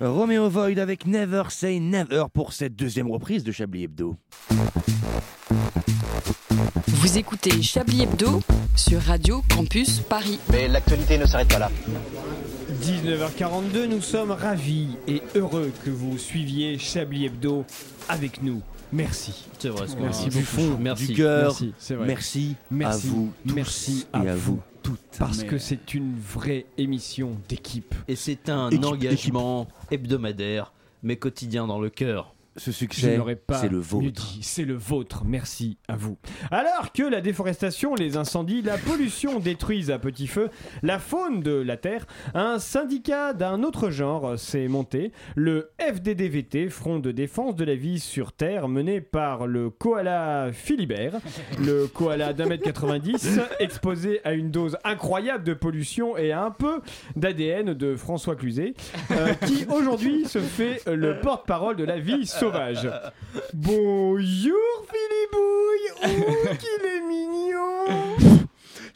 Roméo Void avec Never Say Never pour cette deuxième reprise de Chablis Hebdo. Vous écoutez Chablis Hebdo sur Radio Campus Paris. Mais l'actualité ne s'arrête pas là. 19h42, nous sommes ravis et heureux que vous suiviez Chablis Hebdo avec nous. Merci. C'est vrai, ce qu'on Merci a- beaucoup. du fond, merci. du cœur. Merci, c'est vrai. Merci à Merci. vous tous Merci et à vous toutes. Parce Mais- que c'est une vraie émission d'équipe. Et c'est un Équipe, engagement hebdomadaire, mais quotidien dans le cœur. Ce Je n'aurais pas mieux dit. C'est le vôtre. Merci à vous. Alors que la déforestation, les incendies, la pollution détruisent à petit feu la faune de la Terre, un syndicat d'un autre genre s'est monté, le FDDVT, Front de défense de la vie sur Terre, mené par le koala Philibert, le koala d'un mètre 90, exposé à une dose incroyable de pollution et à un peu d'ADN de François Cluzet, euh, qui aujourd'hui se fait le porte-parole de la vie sauvage. Bonjour Philibouille, oh qu'il est mignon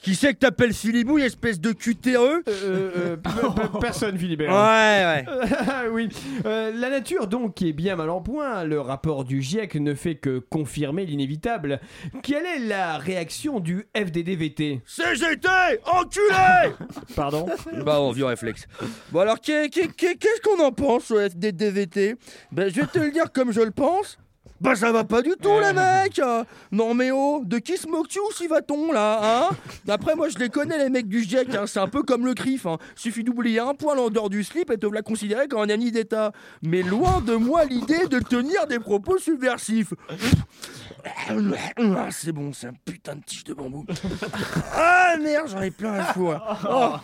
Qui c'est que t'appelles Philibouille, espèce de E? Euh, cutéreux Personne Philibert. Ouais, ouais. Euh, oui. Euh, la nature, donc, qui est bien mal en point. Le rapport du GIEC ne fait que confirmer l'inévitable. Quelle est la réaction du FDDVT CGT Enculé Pardon Bah bon, vieux réflexe. Bon alors, qu'est- qu'est- qu'est- qu'est-ce qu'on en pense euh, au FDDVT Ben je vais te le dire comme je le pense. Bah ça va pas du tout les mecs Non mais oh, de qui se moque-tu ou s'y va-t-on là hein Après moi je les connais les mecs du GIEC, hein, c'est un peu comme le CRIF. Hein. Suffit d'oublier un poil en dehors du slip et te la considérer comme un ami d'État. Mais loin de moi l'idée de tenir des propos subversifs. Ah, c'est bon, c'est un putain de tige de bambou. Ah merde, j'en ai plein la fois. Oh,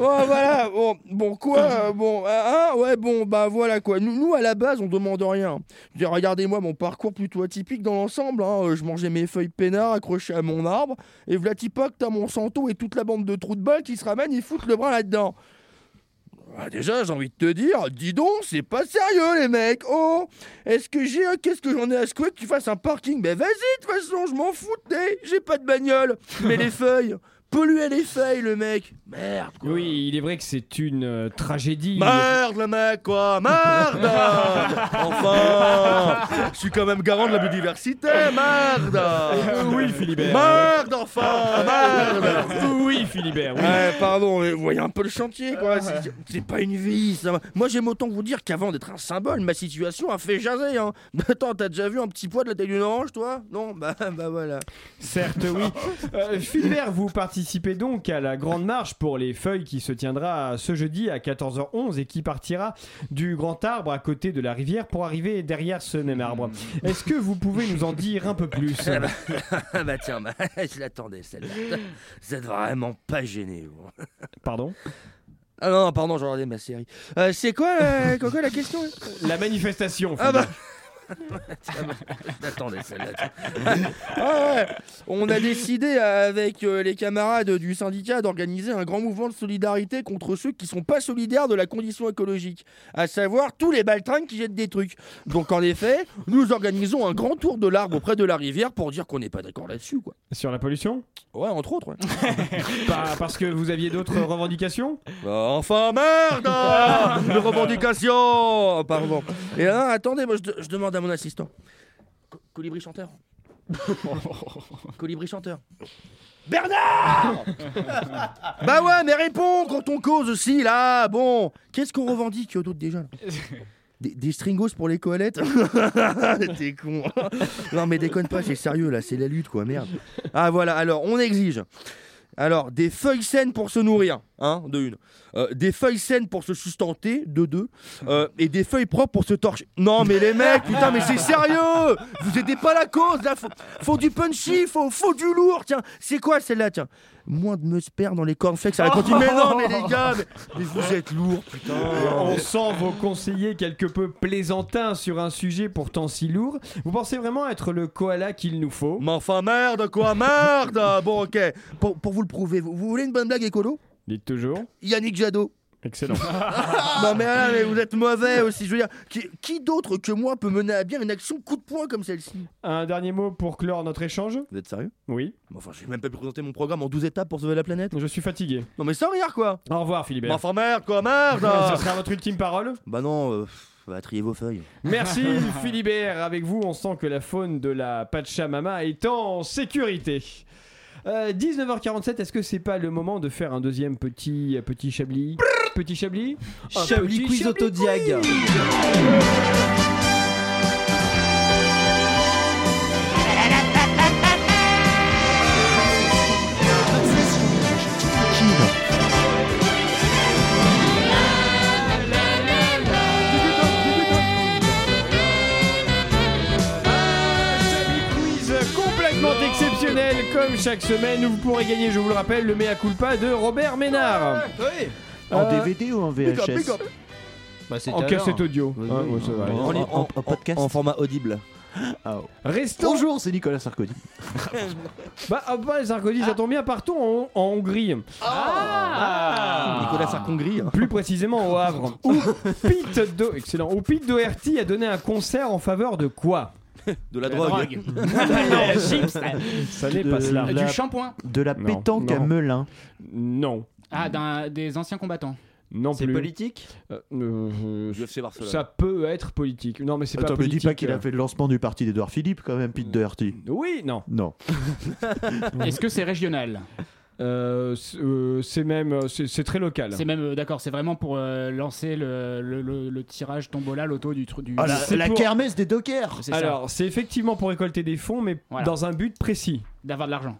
oh, voilà, bon, bon quoi, euh, bon, euh, hein, ouais, bon, bah voilà quoi. Nous, nous, à la base, on demande rien. Je veux dire, Regardez-moi mon parcours plutôt atypique dans l'ensemble. hein. Euh, Je mangeais mes feuilles peinards accrochées à mon arbre, et Vlatipoc, t'as mon santo et toute la bande de trous de balles qui se ramènent et foutent le bras là-dedans. Ah, déjà, j'ai envie de te dire, dis donc, c'est pas sérieux, les mecs. Oh, est-ce que j'ai, euh, qu'est-ce que j'en ai à secouer que tu fasses un parking Ben vas-y, de toute façon, je m'en fous, de tes- j'ai pas de bagnole. Mais les feuilles, polluer les feuilles, le mec. Merde. Oui, il est vrai que c'est une euh, tragédie. Merde, le mec, quoi, merde. Enfin, je suis quand même garant de la biodiversité, merde. Euh, oui, Philibert. Euh, Merde, enfin, merde. Oui, Philibert. Oui. Ouais, pardon, mais vous voyez un peu le chantier, quoi. C'est- C'est pas une vie, ça. Moi, j'aime autant vous dire qu'avant d'être un symbole, ma situation a fait jaser, hein. Attends, t'as déjà vu un petit poids de la taille d'une orange, toi Non Bah, bah voilà. Certes, oui. Euh, Philibert, vous participez donc à la grande marche pour les feuilles qui se tiendra ce jeudi à 14h11 et qui partira du grand arbre à côté de la rivière pour arriver derrière ce même arbre. Est-ce que vous pouvez nous en dire un peu plus Ah bah, ah bah tiens, bah, je l'attendais celle-là. Vous êtes vraiment pas gêné, vous. Pardon Ah non, non, pardon, j'ai regardé ma série. Euh, c'est quoi, euh, Coco, la question La manifestation. Ah bah Philibert. Attendez, celle-là. Ah ouais. On a décidé euh, avec euh, les camarades du syndicat d'organiser un grand mouvement de solidarité contre ceux qui sont pas solidaires de la condition écologique, à savoir tous les baltringues qui jettent des trucs. Donc en effet, nous organisons un grand tour de l'arbre auprès de la rivière pour dire qu'on n'est pas d'accord là-dessus, quoi. Sur la pollution Ouais, entre autres. ouais. Bah, Pas- Parce que vous aviez d'autres revendications Enfin, merde hein Les revendications Pardon. Et là, attendez, moi, je, de- je demande à mon assistant. Co- Colibri chanteur Colibri chanteur Bernard Bah ouais, mais réponds quand on cause aussi, là Bon, qu'est-ce qu'on revendique euh, d'autre déjà là des, des stringos pour les toilettes T'es con. non mais déconne pas, c'est sérieux là, c'est la lutte quoi, merde. Ah voilà, alors on exige. Alors des feuilles saines pour se nourrir, hein, de une. Euh, des feuilles saines pour se sustenter, de deux. Euh, et des feuilles propres pour se torcher. Non mais les mecs, putain mais c'est sérieux Vous aidez pas la cause là, faut, faut du punchy, faut, faut du lourd, tiens. C'est quoi celle-là, tiens Moins de meusper dans les cornflakes, ça va continuer. Mais non mais les gars, mais, mais vous êtes lourds, putain. On sent vos conseillers quelque peu plaisantins sur un sujet pourtant si lourd. Vous pensez vraiment être le koala qu'il nous faut Mais enfin merde quoi, merde Bon ok, pour, pour vous le prouver, vous, vous voulez une bonne blague écolo Dites toujours. Yannick Jadot. Excellent. non mais, ah, mais vous êtes mauvais aussi, je veux dire, qui, qui d'autre que moi peut mener à bien une action coup de poing comme celle-ci Un dernier mot pour clore notre échange Vous êtes sérieux Oui. Enfin, j'ai même pas pu présenter mon programme en 12 étapes pour sauver la planète. Je suis fatigué. Non mais sans rire quoi Au revoir Philibert. Bah, Enfin merde quoi, merde Ça sera votre ultime parole Bah non, euh, pff, bah, triez vos feuilles. Merci Philibert, avec vous on sent que la faune de la Pachamama est en sécurité. Euh, 19h47, est-ce que c'est pas le moment de faire un deuxième petit euh, petit chablis Petit chablis Un Chablis petit quiz autodiag. quiz. quiz complètement exceptionnel comme chaque semaine où vous pourrez gagner, je vous le rappelle, le mea culpa de Robert Ah, Ménard. Oui. En Euh, DVD ou en pick up, VHS pick up. Bah, En cassette audio. Hein, ouais, c'est vrai. Ah, oh. En- en- en podcast En format audible. Restons. Bonjour, c'est Nicolas Sarkozy. Bah, ah, bah, les Sarkozy, ça tombe bien, partons en, en Hongrie. Ah. Ah. Nicolas Sarkongri. hein. Plus précisément au Havre. Où Pete, Do- Excellent. Où Pete Doherty a donné un concert en faveur de quoi De la, drogue. Ça n'est De pas cela. la- Du shampoing De la Non, pétanque à non. Melun. Non. Ah, d'un- des anciens combattants. Non plus. politique Euh, euh, UFC Barcelone. ça peut être politique. Non, mais c'est pas Attends, me politique. dis pas qu'il a euh. fait le lancement du parti d'Edouard Philippe quand même, Pete Doherty. Oui, non. Non. Est-ce que c'est régional Euh, c'est euh, c'est même, euh, c'est c'est très local. C'est même, euh, d'accord, c'est vraiment pour euh, lancer le, le- le- le tirage tombola, l'auto du truc. Du... Ah, la, C'est la pour- kermesse des dockers C'est ça. Alors, c'est effectivement pour récolter des fonds, mais Voilà. dans un but précis. D'avoir de l'argent.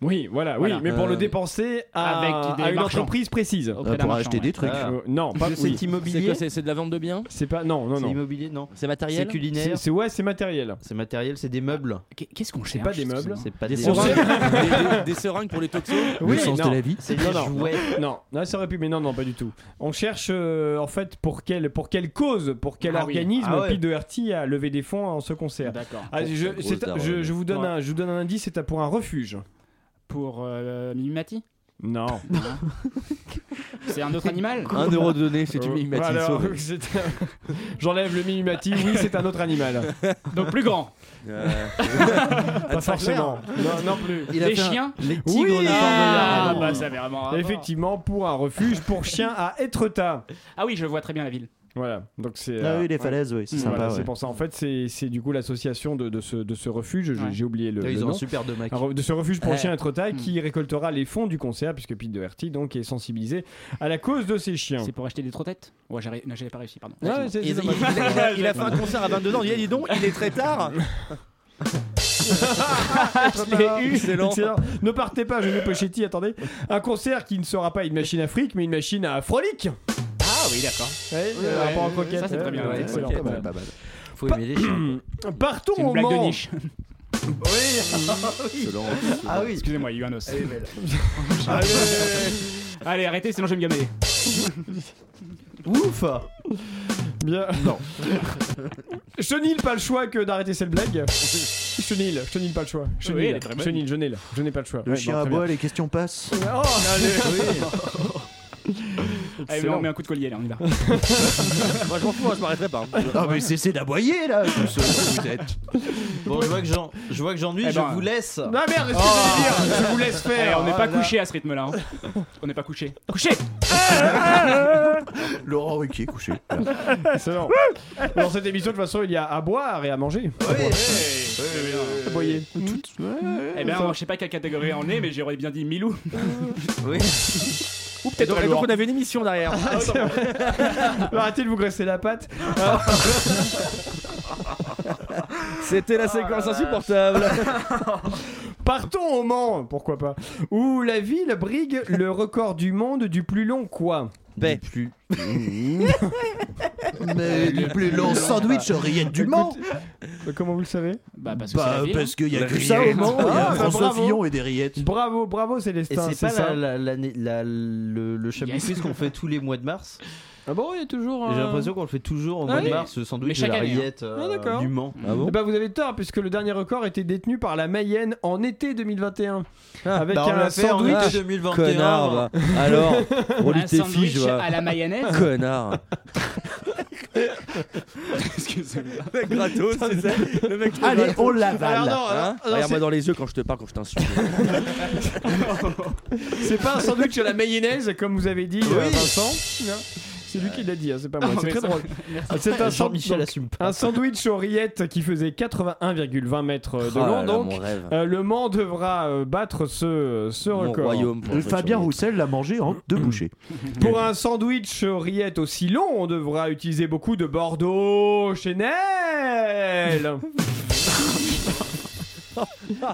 Oui, voilà, oui, Voilà. mais pour Euh, le dépenser à, Avec des à une marchands. entreprise précise. Auprès d'un pour marchand, acheter ouais. des trucs. Ah. Euh, non, pas C'est oui. immobilier. C'est quoi, C'est C'est c'est de la vente de biens c'est pas Oh, non, non, C'est non. immobilier Non. C'est C'est matériel C'est culinaire c'est- ouais, c'est matériel. C'est matériel, c'est des meubles. Qu'est- Qu'est-ce qu'on C'est cherche pas des meubles. excusez-moi. C'est pas Des des, seringues. des, des seringues pour les toxos Oui, le sens non. de la vie. C'est des Non, non, jouets. non, non, ça aurait pu, mais non, non, pas du tout. On cherche euh, en fait pour quelle, pour quelle cause, pour quel Ah oui. organisme Ah ouais. Pete Doherty a levé des fonds en ce concert. D'accord. Ah, je, grosse c'est- daronne. je- je vous donne Ouais. un, je vous donne un indice, c'est pour un refuge. Pour euh, Mimimati Non. C'est un autre animal Un euro donné, c'est du Euh, mimimati alors, sauvé. c'est un- J'enlève le mimimati, oui, c'est un autre animal. Donc plus grand. Euh, Pas forcément. Non, non plus. Il Des chiens Les tigres Oui, de Ah, Corbeil-Essonnes. bah ça avait vraiment un rapport. Effectivement, pour un refuge pour chiens à Etretat. Ah oui, je vois très bien la ville. Voilà, donc c'est. Ah euh, oui, les falaises, oui, c'est voilà, sympa. c'est ouais. pour ça. En fait, c'est c'est du coup l'association de, de ce, de ce refuge, j'ai- Ouais. Mm. j'ai oublié le, Ah, le Ils ont nom. un super de mec. Un re- de ce refuge pour Ouais. chiens à Etretat qui récoltera les fonds du concert, puisque Pete Doherty donc, est sensibilisé à la cause de ces chiens. C'est pour acheter des trottettes Ouais, j'arrive- non, j'avais pas réussi, pardon. Ouais, c'est- c'est Il, il- dommage. il a- il a- il a fait un concert à 22 ans, il a dit donc, il est très tard. Ah Ah, Excellent. Excellent. Excellent. Ne partez pas, je Pochetti, attendez. Un concert qui ne sera pas une machine à fric, mais une machine à frolic. Ah oui, d'accord. Ouais, Ouais, euh, rapport en ouais, coquette. ça, c'est très bien, ouais, ouais, excellent. ok. Pas mal. Faut aimer les chiens. Partons C'est une au blague de Mans. niche. Ah oui. Excusez-moi, il y a eu un os. Allez. Allez, arrêtez, sinon je vais me gamaler. Ouf Bien. Non. Chenil, pas le choix que d'arrêter cette blague. Chenil, Chenil, pas le choix. Oui, elle Chenil, est très bonne. Chenil, je n'ai, je n'ai pas le choix. Le Ouais, chien non, à très bois, les questions passent. bien. Oh, Allez, Excellent. Eh, on met un coup de collier là, on y va. Moi je m'en fous, hein, je m'arrêterai pas. Ah, mais cessez d'aboyer là, tous ceux que vous êtes. Bon, je vois que j'en- je vois que j'ennuie, Eh je ben. Oh. vous laisse. Ah merde, est-ce que j'allais dire Je vous laisse Eh, faire. on n'est pas couché à ce rythme là. On n'est pas couché. Couché Laurent Ruquier couché. Excellent. Dans cette émission, de toute façon, il y a à boire et à manger. À boyer. Mmh. Eh bien, moi, je sais pas quelle catégorie on est, mais j'aurais bien dit Milou. Oui. Ou peut-être donc, un et donc lourd. on avait une émission derrière. Ah, Bah, Arrêtez de vous graisser la patte. C'était Oh la séquence insupportable. Partons au Mans, pourquoi pas. Où la ville brigue Ben. le record du monde du plus long quoi Ben, Plus. Mais du plus long sandwich rillettes du Mans Comment vous le savez Bah parce Bah, parce qu'il y hein. a Ah, que ça au Mans, il y a François Fillon et des rillettes. Bravo, bravo Et Célestin, c'est pas ça. la- la- l'année- la- le, le Chablis Yes. Quiz qu'on fait tous les mois de mars. Ah bon, il y a toujours. Et J'ai un- l'impression qu'on le fait toujours au Ah mois de oui. mars, ce Mais sandwich de chaque la année, hein. rillette Ah, euh, d'accord. du Mans. Eh ben, vous avez tort, puisque le dernier record était détenu par la Mayenne en été 2021. avec bah, on un l'a fait en sandwich mars. Connard, va. Alors, relis Un tes sandwich fiches, va. à la mayonnaise. Connard. Excusez-moi. Gratos, c'est ça Le mec Allez, on l'avale. Hein Alors, non, alors, alors, Regarde-moi c'est- dans les yeux quand je te parle, quand je t'insulte. C'est pas un sandwich à la mayonnaise, comme vous avez dit, euh, Vincent. Non. C'est lui qui l'a dit, hein, c'est pas moi. Non, C'est mais très ça- drôle. Merci. Ah, C'est un, sand- Jean-Michel donc, assume pas. un sandwich aux rillettes qui faisait 81,20 mètres euh, de Oh là long. là, donc, mon rêve. euh, le Mans devra euh, battre ce, ce record. royaume Euh, pour Fabien Roussel l'a mangé en Hmm. deux bouchées. Pour un sandwich aux rillettes aussi long, on devra utiliser beaucoup de Bordeaux Chanel.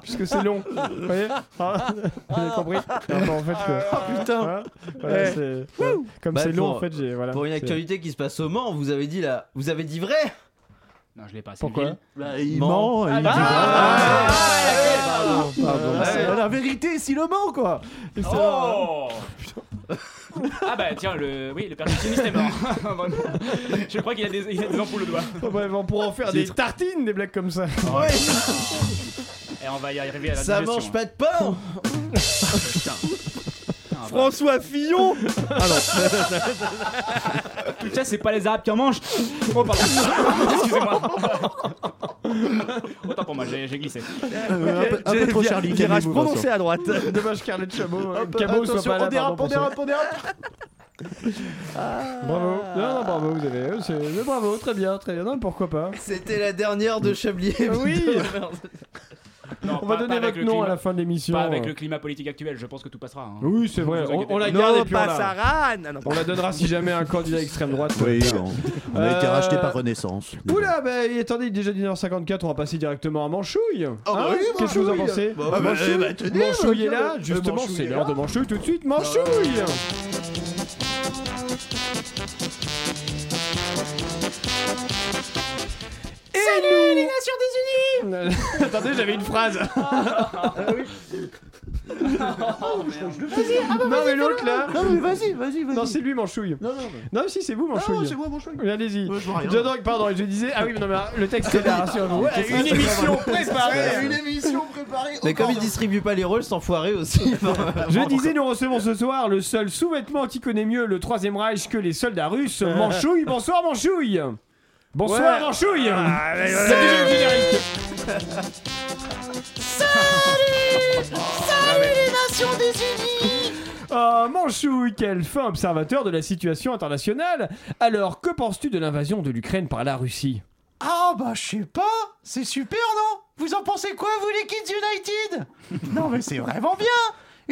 Puisque c'est long. Vous voyez Ah, Vous avez compris Ah. Non, en fait, euh, voilà. Voilà, Eh. c'est- voilà. Comme Bah, c'est long, pour- en fait, j'ai. Voilà, Pour une C'est- actualité qui se passe au Mans, vous avez dit la... vous avez dit vrai Non, je l'ai pas. Ah, Pourquoi Bah, il Ah, ment, bah, bah, Ah, il dit Ah, La vérité, si le Mans, quoi Oh Ah bah tiens, le... Oui, le percussionniste est mort. je crois qu'il a, des... il a des ampoules au doigt. Oh, bref, on pourra en faire des tartines, des blagues comme ça. Et on va y arriver à la Ça digestion. mange pas de pain bah. François Fillon Ah non. Putain, c'est pas les Arabes qui en mangent. Oh, pardon. Excusez-moi. Autant pour moi, j'ai j'ai glissé. un peu- un peu trop Charlie, Virage calmez-vous, prononcé Vincent. à droite. Dommage Carlet Chabot, Hop, Cabot soit attention, pas on là. dérape, pardon, on pour dérape, ça. on dérape. Ah. Bravo. Non, non, bravo, vous avez. euh, c'est- mais Bravo, très bien, très bien. Non, pourquoi pas C'était la dernière de Chablier. Oui. Non, On va pas- donner pas avec votre le nom climat- à la fin de l'émission. Pas avec Euh. le climat politique actuel, je pense que tout passera. hein. Oui, c'est vrai. Ne vous inquiétez On, on la pas. garde Non, et puis on pas la- Sarah. Non, non. On la donnera si jamais un candidat extrême droite. Oui, on, on a été Ah, Euh, racheté par Renaissance. Oula, bah attendez, il est déjà 19h54, on va passer directement à Manchouille. Ah Hein Qu'est-ce que vous en pensez Bah, bah, Manchouille, bah, tenez, Manchouille bah, est là, bah, justement, Manchouille c'est est l'heure là. Bah, de Manchouille tout de suite. Manchouille Et nous- Attendez, j'avais une phrase. Ah, ah, non, mais l'autre là. bah, Non, mais vas-y, vas-y, vas-y. Non, c'est lui, Manchouille. Non, non, mais si, c'est vous, Manchouille. non, Ah, c'est moi, Manchouille. Oui, Allez-y. je vois rien. Je- donc, pardon, je disais. Ah oui, mais non, mais le texte est là, rassurez-vous. Ouais, C'est une ça, c'est émission vraiment- préparée. Une émission préparée. Mais comme il distribue pas les rôles, c'est enfoiré aussi. Je disais, nous recevons ce soir le seul sous-vêtement qui connaît mieux le Troisième Reich que les soldats russes, Manchouille. Bonsoir, Manchouille. Bonsoir, Ouais. Manchouille. Ah, ouais, ouais, C'est déjà le ouais. générique. Salut les Nations Désunies Ah, Manchouille, quel fin observateur de la situation internationale. Alors, que penses-tu de l'invasion de l'Ukraine par la Russie Ah bah je sais pas, c'est super non Vous en pensez quoi vous les Kids United Non, mais c'est vraiment bien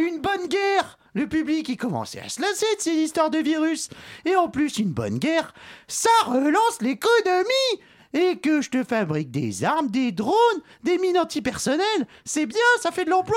Une bonne guerre Le public, il commençait à se lasser de ces histoires de virus. Et en plus, une bonne guerre, ça relance l'économie Et que je te fabrique des armes, des drones, des mines antipersonnelles, c'est bien, ça fait de l'emploi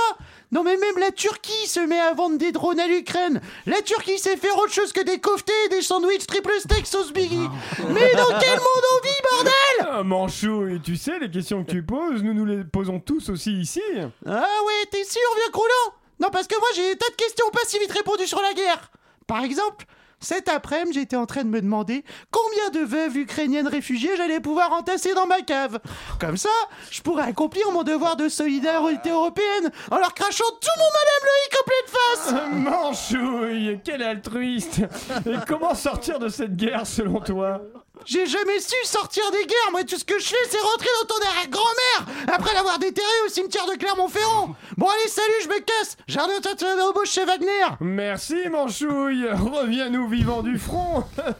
Non mais même la Turquie se met à vendre des drones à l'Ukraine La Turquie sait faire autre chose que des coffetés, des sandwichs triple steak sauce biggie Mais dans quel monde on vit, bordel Ah, Manchouille, tu sais, les questions que tu poses, nous nous les posons tous aussi ici. Ah ouais, t'es sûr, vieux croulant Non, parce que moi j'ai des tas de questions pas si vite répondues sur la guerre. Par exemple, cet après-midi, j'étais en train de me demander combien de veuves ukrainiennes réfugiées j'allais pouvoir entasser dans ma cave. Comme ça, je pourrais accomplir mon devoir de solidarité européenne en leur crachant tout mon madame Loïc en pleine face. Ah, Manchouille, quel altruiste Et comment sortir de cette guerre selon toi J'ai jamais su sortir des guerres, moi tout ce que je fais c'est rentrer dans ton arrière-grand-mère après l'avoir déterré au cimetière de Clermont-Ferrand. Bon allez salut, je me casse, j'ai un autre embauche chez Wagner. Merci Manchouille, reviens-nous vivants du front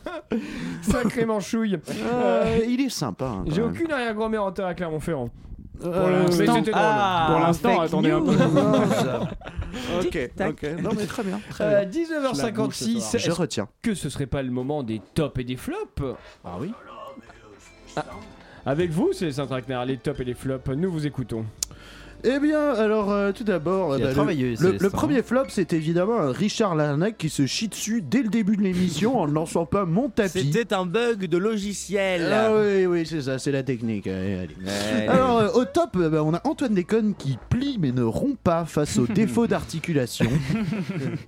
Sacré Manchouille Euh, il est sympa. hein, quand J'ai même. aucune arrière-grand-mère en terre à Clermont-Ferrand. Pour Euh, l'instant- mais c'était c'était drôle. drôle. Pour l'instant, attendez un peu. ok, ok. Non, mais très bien. très Euh, bien. Je la bouffe ce 19h56, soir. Je est-ce retiens. Que ce serait pas le moment des tops et des flops Ah oui Avec vous, c'est Saint-Tracnard, les tops et les flops, nous vous écoutons. Eh bien, alors euh, tout d'abord, euh, Il a bah, travaillé, le, le- Célestin, le hein. premier flop, c'est évidemment un Richard Larnac qui se chie dessus dès le début de l'émission en ne lançant pas mon tapis. C'était un bug de logiciel. Ah oui, oui, c'est ça, c'est la technique. Allez, allez. Eh Ouais. Alors, euh, au top, euh, bah, on a Antoine Déconne qui plie mais ne rompt pas face aux défauts d'articulation.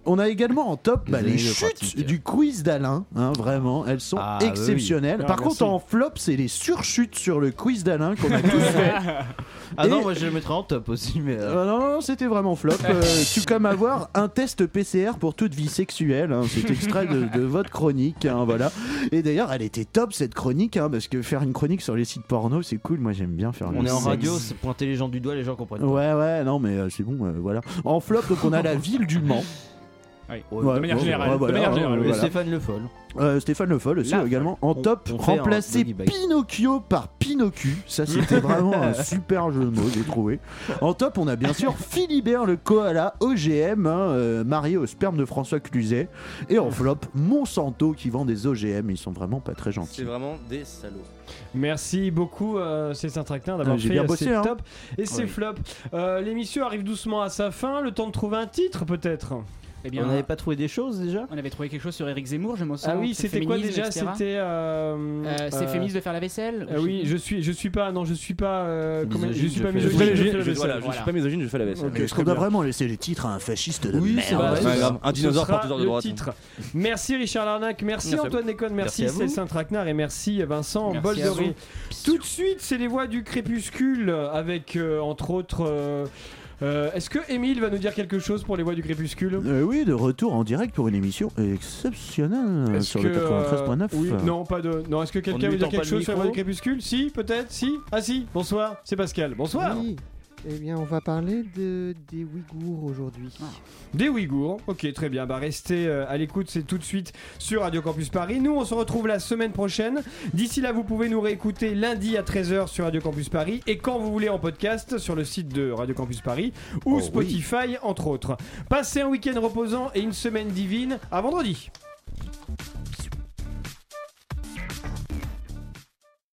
on a également en top bah, Les les années de chutes du quiz d'Alain. hein, vraiment, elles sont bah oui. exceptionnelles. Ah, Par merci. contre, en flop, c'est les surchutes sur le quiz d'Alain qu'on a tous fait. Ah non, Et- moi je le mettrais en top aussi, mais. euh, Ah non, non, non, c'était vraiment flop. Euh, tu comme avoir un test PCR pour toute vie sexuelle. hein. C'est extrait de, de votre chronique. hein, voilà. Et d'ailleurs, elle était top cette chronique hein, parce que faire une chronique sur les sites porno, c'est cool. Moi, j'aime bien faire. On le est en sexe. radio, c'est pointer les gens du doigt, les gens comprennent. pas. Ouais, ouais, non, mais euh, c'est bon, euh, voilà. En flop, donc on a la ville du Mans. Ouais, Ouais, bon, ouais, voilà, hein, voilà. Stéphane Le Foll. Euh, Stéphane Le Foll aussi La également en On- top on fait un remplacer doggy bag. Pinocchio par Pinocchio ça c'était vraiment un super jeu de mots j'ai trouvé en top on a bien sûr Philibert le koala OGM hein, euh, marié au sperme de François Cluzet et en flop Monsanto qui vend des OGM ils sont vraiment pas très gentils C'est vraiment des salauds. Merci beaucoup, euh, c'est un tracteur d'avoir Ah, j'ai fait bien euh, bossé, ces hein. tops et ces Oui. flops. Euh, L'émission arrive doucement à sa fin, le temps de trouver un titre peut-être. Eh bien, On n'avait pas trouvé des choses déjà On avait trouvé quelque chose sur Eric Zemmour, je m'en souviens. Ah oui, c'était quoi déjà C'était. euh, Euh, c'est féministe de faire la vaisselle Ah oui, je suis, je suis pas, non, je suis pas, euh, comment- je suis pas je fais- misogyne. je fais- fais la je- vaisselle. voilà, je suis pas misogyne, je fais la vaisselle. Mais Ok, est-ce qu'on très doit bien. vraiment laisser les titres à un fasciste de Oui, c'est merde vrai. Ce sera Ce sera le le titre. Merci Richard Larnac, merci, Merci à Antoine vous. Déconne, Merci merci, à vous. Célestin Traquenard et merci Vincent Merci à Boldory. vous. Tout de suite, c'est les voix du crépuscule avec euh, entre autres. euh, euh, Est-ce que Émile va nous dire quelque chose pour les voix du crépuscule Euh, oui, de retour en direct pour une émission exceptionnelle euh, Est-ce sur que, le euh, 93.9. oui, non, pas de. Non, est-ce que ne quelqu'un veut mettant dire pas quelque le chose sur les voix du micro crépuscule Si, peut-être, si. Ah si, bonsoir, c'est Pascal. Bonsoir. Oui. Eh bien, on va parler de, des Ouïghours aujourd'hui. Ah. Des Ouïghours, ok très bien, bah restez euh, à l'écoute, c'est tout de suite sur Radio Campus Paris. Nous on se retrouve la semaine prochaine. D'ici là vous pouvez nous réécouter lundi à 13h sur Radio Campus Paris et quand vous voulez en podcast sur le site de Radio Campus Paris ou Spotify entre autres. Passez un week-end reposant et une semaine divine, à vendredi.